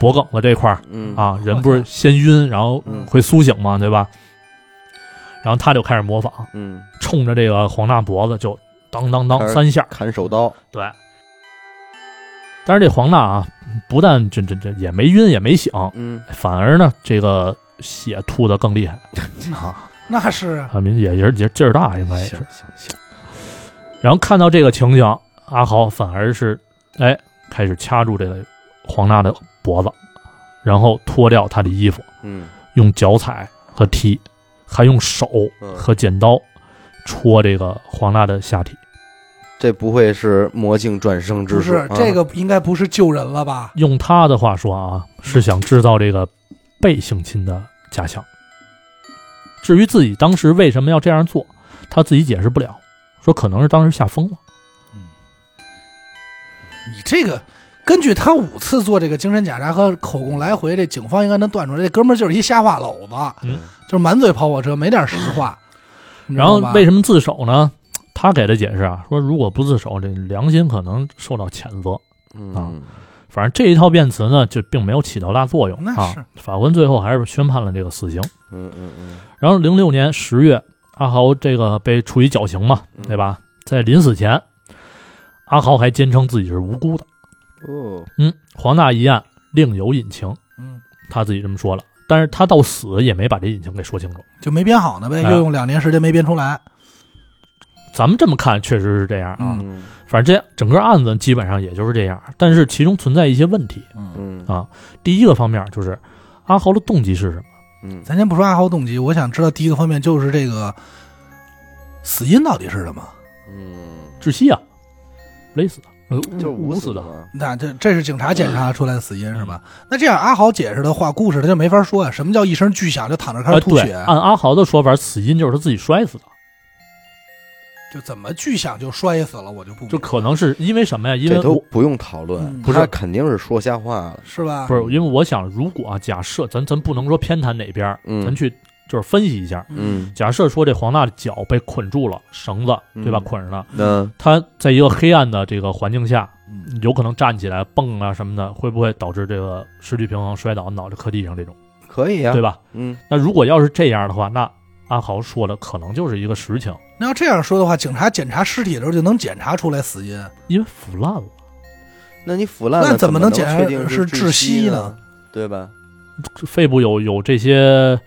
S3: 脖梗子这块儿
S1: 嗯
S3: 啊，人不是先晕，然后
S1: 嗯
S3: 会苏醒嘛，对吧？然后他就开始模仿，
S1: 嗯
S3: 冲着这个黄大脖子就当当当
S1: 开始
S3: 三下，
S1: 砍手刀
S3: 对。但是这黄大啊，不但这这这也没晕也没醒， <laughs>
S1: 嗯
S3: 反而呢这个血吐的更厉害啊，
S2: 嗯那是啊
S3: 啊，民也也是也劲儿大，应该也是。
S1: 行行
S3: 然后看到这个情景，阿豪反而是哎开始掐住这个黄大的脖子，然后脱掉他的衣服，
S1: 嗯
S3: 用脚踩和踢，还用手和剪刀戳这个黄大的下体。
S1: 这不会是魔镜转生之
S2: 不
S1: 术
S2: 是
S1: 啊
S2: 这个应该不是救人了吧？
S3: 用他的话说啊，是想制造这个被性侵的假象。至于自己当时为什么要这样做，他自己解释不了，说可能是当时吓疯了。
S2: 你这个根据他五次做这个精神检查和口供来回，这警方应该能断出来，这哥们儿就是一瞎话篓子，
S3: 嗯
S2: 就是满嘴跑火车，没点实话。
S3: 然后为
S2: 什
S3: 什么自首呢？他给的解释啊，说如果不自首，这良心可能受到谴责。啊
S1: 嗯
S3: 反正这一套辩词呢，就并没有起到大作用
S2: 那
S3: 啊
S2: 是。
S3: 法官最后还是宣判了这个死刑。
S1: 嗯嗯
S3: 然后零六年十月，阿豪这个被处以绞刑嘛，
S1: 嗯
S3: 对吧？在临死前，阿豪还坚称自己是无辜的。
S1: 嗯哦
S3: 嗯，黄大一案另有隐情，
S2: 嗯
S3: 他自己这么说了。但是他到死也没把这隐情给说清楚。
S2: 就没编好呢呗？
S3: 哎
S2: 又用两年时间没编出来。
S3: 咱们这么看，确实是这样啊。
S1: 嗯
S3: 反正这整个案子基本上也就是这样，但是其中存在一些问题。
S2: 嗯，
S3: 啊
S1: 嗯
S3: 第一个方面就是阿豪的动机是什么？
S1: 嗯
S2: 咱先不说阿豪动机，我想知道第一个方面就是这个死因到底是什么？
S1: 嗯
S3: 窒息啊，勒死的，呃
S1: 就是
S3: 捂死的。
S1: 嘛
S2: 那这这是警察检查出来的死因是吧？
S3: 嗯
S2: 那这样阿豪解释的话，故事他就没法说啊呀、什么叫一声巨响就躺着开
S3: 啊，
S2: 始吐
S3: 对，
S2: 血？
S3: 按阿豪的说法，死因就是他自己摔死的，
S2: 就怎么巨响就摔死了？我就不明白
S3: 就可能是因为什么呀？因为
S1: 这都
S3: 我
S1: 不用讨论
S2: 嗯，
S3: 不是
S1: 他肯定是说瞎话了。
S2: 是吧？
S3: 不是因为我想，如果啊，假设咱咱不能说偏袒哪边儿，
S1: 嗯
S3: 咱去就是分析一下。
S1: 嗯，
S3: 假设说这黄大的脚被捆住了绳子，对吧？
S1: 嗯
S3: 捆着呢，
S1: 那
S3: 他在一个黑暗的这个环境下，
S2: 嗯，
S3: 有可能站起来蹦啊什么的，会不会导致这个失去平衡、摔倒、脑袋磕地上这种，
S1: 可以呀
S3: 对，吧？
S1: 嗯
S3: 那如果要是这样的话，那阿豪说的可能就是一个实情，
S2: 那要这样说的话，警察检查尸体的时候就能检查出来死因，
S3: 因为腐烂了，
S1: 那你腐烂了
S2: 那怎
S1: 么
S2: 么能检查
S1: 确定
S2: 是窒
S1: 窒
S2: 息呢
S1: 呢？对吧？
S3: 肺部有有这些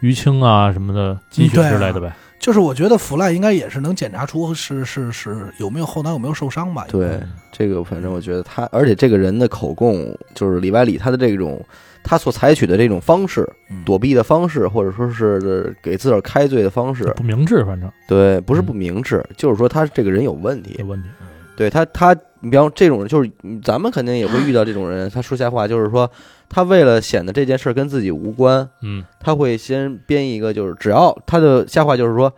S3: 淤青啊什么的积血之类的呗。
S2: 就是我觉得腐烂应该也是能检查出是是是有没有后脑有没有受伤吧？
S1: 对，
S3: 嗯
S1: 这个反正我觉得他，而且这个人的口供就是里外里他的这种他所采取的这种方式，
S2: 嗯
S1: 躲避的方式，或者说是给自个儿开罪的方式，
S3: 不明智，反正
S1: 对，不是不
S3: 嗯
S1: 明智，就是说他这个人有问题
S3: 有。问题。
S1: 对他，他你比方这种人，就是嗯咱们肯定也会遇到这种人，他说瞎话，就是说他为了显得这件事儿跟自己无关，
S3: 嗯，
S1: 他会先编一个，就是只要他的瞎话就是说，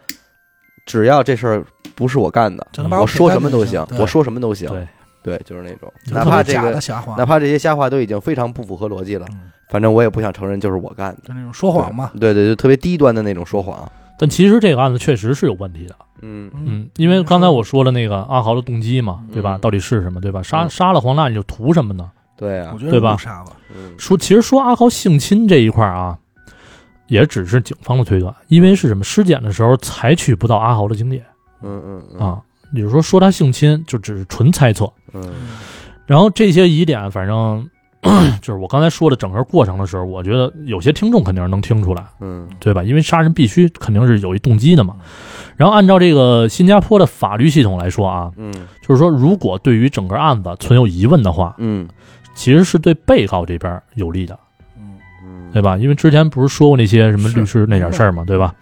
S1: 只要这事儿不是我干的，
S2: 只能把
S1: 我
S2: 撇
S1: 说
S2: 干
S1: 什么
S2: 就
S1: 都行，
S2: 对
S1: 我说什么都行，
S3: 对，
S1: 对，就是那种，
S2: 就
S1: 哪
S2: 特
S1: 怕这
S2: 别假
S1: 个
S2: 的瞎话，
S1: 哪怕这些瞎话都已经非常不符合逻辑了，
S2: 嗯
S1: 反正我也不想承认就是我干的，
S2: 就那种说谎嘛。
S1: 对对，就特别低端的那种说谎，
S3: 但其实这个案子确实是有问题的。
S1: 嗯
S3: 嗯，因为刚才我说了那个阿豪的动机嘛，对吧？
S1: 嗯
S3: 到底是什么，对吧？杀
S1: 嗯
S3: 杀了黄娜，你就图什么呢？
S1: 对啊
S2: 我，觉得
S3: 对吧
S2: 误杀吧，
S1: 嗯
S3: 说其实说阿豪性侵这一块儿啊，也只是警方的推断，因为是什么？尸检的时候采取不到阿豪的精液
S1: 嗯嗯嗯
S3: 啊，也就是说说他性侵就只是纯猜测。
S1: 嗯
S3: 然后这些疑点，反正 <clears throat> 就是我刚才说的整个过程的时候，我觉得有些听众肯定是能听出来，
S1: 嗯
S3: 对吧？因为杀人必须肯定是有一动机的嘛。然后按照这个新加坡的法律系统来说啊，
S1: 嗯
S3: 就是说如果对于整个案子存有疑问的话，
S1: 嗯
S3: 其实是对被告这边有利的，
S2: 嗯，
S1: 嗯，
S3: 对吧？因为之前不是说过那些什么律师那点事儿嘛，对吧？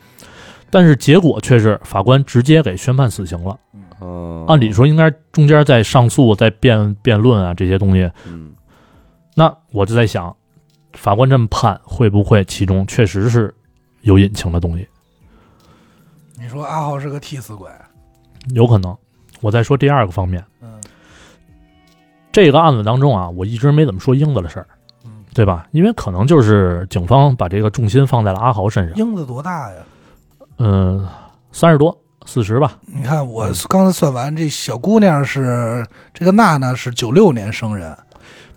S3: 但是结果却是法官直接给宣判死刑了。
S1: 哦，
S3: 呃按理说应该中间在上诉、在辩辩论啊这些东西，
S1: 嗯，
S3: 那我就在想，法官这么判会不会其中确实是有隐情的东西？
S2: 你说阿浩是个替死鬼，
S3: 有可能。我再说第二个方面，
S2: 嗯
S3: 这个案子当中啊，我一直没怎么说英子的事儿，
S2: 嗯，
S3: 对吧？因为可能就是警方把这个重心放在了阿豪身上，
S2: 英子多大呀？
S3: 嗯、三十多、四十吧，
S2: 你看我刚才算完，这小姑娘是这个娜娜是九六年生人，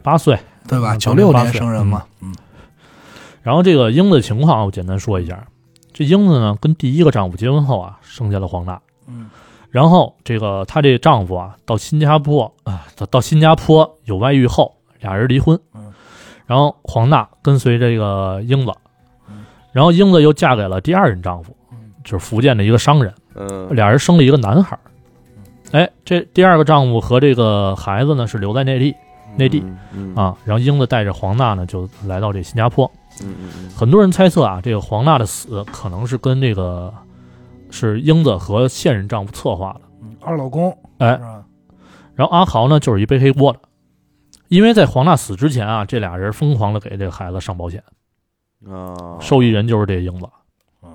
S3: 八岁。
S2: 对吧？
S3: 嗯
S2: 九六年生人嘛，嗯，
S3: 然后这个英子的情况啊，我简单说一下。这英子呢，跟第一个丈夫结婚后啊，生下了黄娜。
S2: 嗯，
S3: 然后这个她这丈夫啊，到新加坡啊，到到新加坡有外遇后，俩人离婚
S2: 嗯。
S3: 然后黄娜跟随这个英子
S2: 嗯，
S3: 然后英子又嫁给了第二任丈夫
S2: 嗯，
S3: 就是福建的一个商人。
S1: 嗯
S3: 俩人生了一个男孩儿。
S2: 嗯
S3: 哎，这第二个丈夫和这个孩子呢是留在内地内地
S1: 嗯，
S3: 啊，然后英子带着黄娜呢就来到这新加坡。
S1: 嗯嗯
S3: 很多人猜测啊，这个黄娜的死可能是跟这个是英子和现任丈夫策划的。
S2: 嗯二老公，
S3: 哎
S2: 是吧？
S3: 然后阿豪呢就是一背黑锅的，因为在黄娜死之前啊，这俩人疯狂的给这个孩子上保险，
S1: 嗯啊，
S3: 受益人就是这英子
S2: 嗯。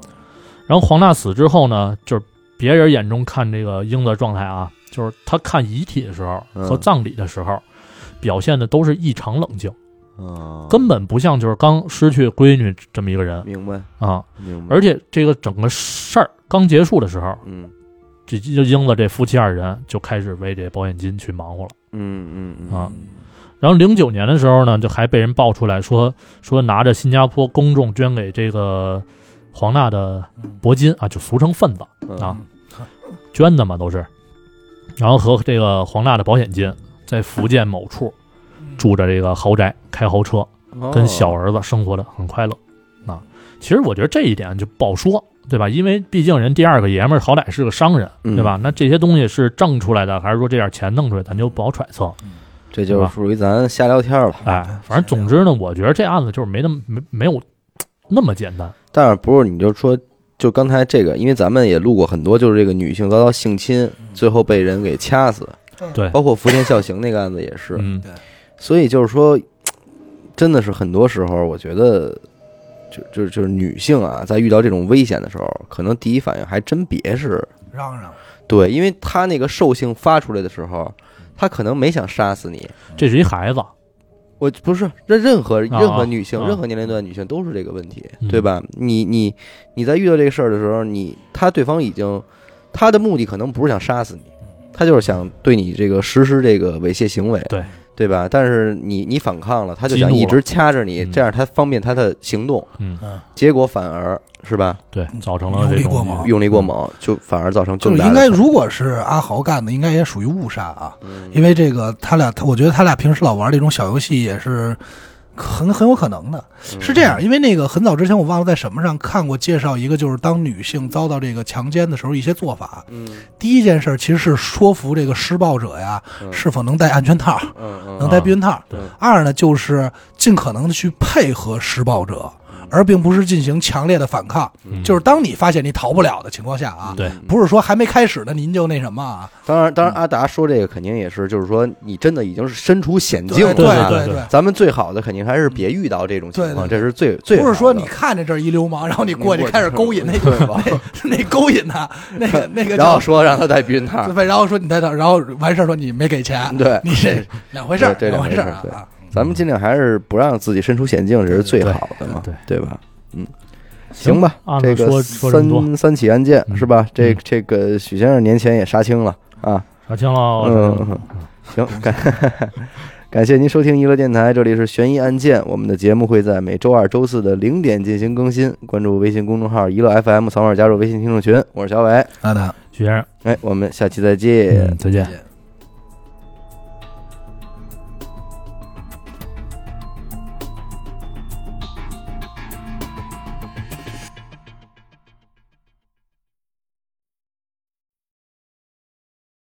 S3: 然后黄娜死之后呢，就是别人眼中看这个英子的状态啊，就是他看遗体的时候
S1: 嗯
S3: 和葬礼的时候，表现的都是异常冷静，
S1: 啊，
S3: 根本不像就是刚失去闺女这么一个人
S1: 明白
S3: 啊。
S1: 明白，
S3: 而且这个整个事儿刚结束的时候，
S1: 嗯
S3: 这这英子这夫妻二人就开始为这保险金去忙活了。
S1: 嗯嗯
S3: 啊然后零九年的时候呢，就还被人爆出来说说拿着新加坡公众捐给这个黄娜的
S2: 嗯
S3: 铂金啊，就俗称份子
S1: 嗯
S3: 啊，捐的嘛都是。然后和这个黄娜的保险金在福建某处
S2: 嗯
S3: 住着这个豪宅，开豪车，
S1: 哦
S3: 跟小儿子生活的很快乐啊。其实我觉得这一点就不好说，对吧？因为毕竟人第二个爷们儿好歹是个商人，
S1: 嗯
S3: 对吧？那这些东西是挣出来的，还是说这点钱弄出来，咱就不好揣测。
S1: 这就是属于咱瞎聊天了。
S3: 哎，反正总之呢，我觉得这案子就是没那么没没有那么简单。
S1: 但是不是你就说，就刚才这个，因为咱们也录过很多，就是这个女性遭到性侵，
S2: 嗯
S1: 最后被人给掐死，
S3: 对，
S1: 包括福田孝行那个案子也是。
S3: 嗯，
S1: 所以就是说，真的是很多时候，我觉得就就就是女性啊，在遇到这种危险的时候，可能第一反应还真别是
S2: 嚷嚷，
S1: 对，因为她那个兽性发出来的时候，她可能没想杀死你。
S3: 这是一孩子，
S1: 我不是，这任何任何女性、
S3: 啊
S1: 任何年龄段的女性都是这个问题，
S3: 嗯
S1: 对吧？你你你在遇到这个事儿的时候，你他对方已经他的目的可能不是想杀死你，他就是想对你这个实施这个猥亵行为，
S3: 对
S1: 对吧？但是你你反抗了，他就想
S3: 激怒了
S1: 一直掐着你，
S3: 嗯
S1: 这样他方便他的行动，
S3: 嗯，
S2: 嗯，
S1: 结果反而是吧，
S3: 对，造成
S2: 用
S3: 了
S2: 力
S3: 这
S2: 过
S3: 种
S2: 猛
S1: 用力过猛，就反而造成
S2: 就
S1: 更
S2: 是
S1: 大
S2: 应
S1: 的
S2: 该，
S1: 伤
S2: 如果是阿豪干的，应该也属于误杀啊，
S1: 嗯
S2: 因为这个他俩，他我觉得他俩平时老玩这种小游戏也是。很很有可能的。
S1: 嗯
S2: 是这样，因为那个很早之前我忘了在什么上看过介绍一个，就是当女性遭到这个强奸的时候一些做法。
S1: 嗯，
S2: 第一件事儿其实是说服这个施暴者呀
S1: 嗯
S2: 是否能戴安全套，
S1: 嗯嗯
S2: 能戴避孕套。
S3: 对
S2: 二呢，就是尽可能的去配合施暴者，而并不是进行强烈的反抗。
S3: 嗯
S2: 就是当你发现你逃不了的情况下啊，
S3: 对
S2: 不是说还没开始呢，您就那什么啊？
S1: 当然，当然，阿达说这个肯定也是，就是说你真的已经是身处险境
S2: 对
S1: 了。
S3: 对
S1: 啊
S2: 对
S3: 对
S2: 对
S1: 咱们最好的肯定还是别遇到这种情况，
S2: 对对
S1: 这是最最好
S2: 不
S1: 的
S2: 是说你看着这儿一流氓，然后你过去开始勾引那
S1: 对 <laughs> 吧？
S2: 那勾引他，那个那个
S1: 嗯然后
S2: 叫。
S1: 说让他戴避孕套，
S2: 对，然后说你在那，然后完事儿说你没给钱，
S1: 对
S2: 你这两回事儿，
S1: 对这两
S2: 回事儿
S1: 回事儿
S2: 啊。
S1: 咱们尽量还是不让自己身处险境，这是最好的嘛，
S3: 对
S1: 对吧？嗯，行吧，
S3: 按
S1: 这
S3: 着
S1: 个
S3: 说说这么多，
S1: 三三起案件
S3: 嗯
S1: 是吧？这
S3: 嗯
S1: 这个许先生年前也杀青了啊，
S3: 杀青了，
S1: 嗯，行，感感谢您收听娱乐电台，这里是悬疑案件，我们的节目会在每周二、周四的零点进行更新，关注微信公众号“娱乐 FM”，扫码加入微信听众群，我是小伟，
S2: 好的，
S1: 呃
S3: 许先生，
S1: 哎，我们下期再见。
S3: 嗯，再见。
S2: 见。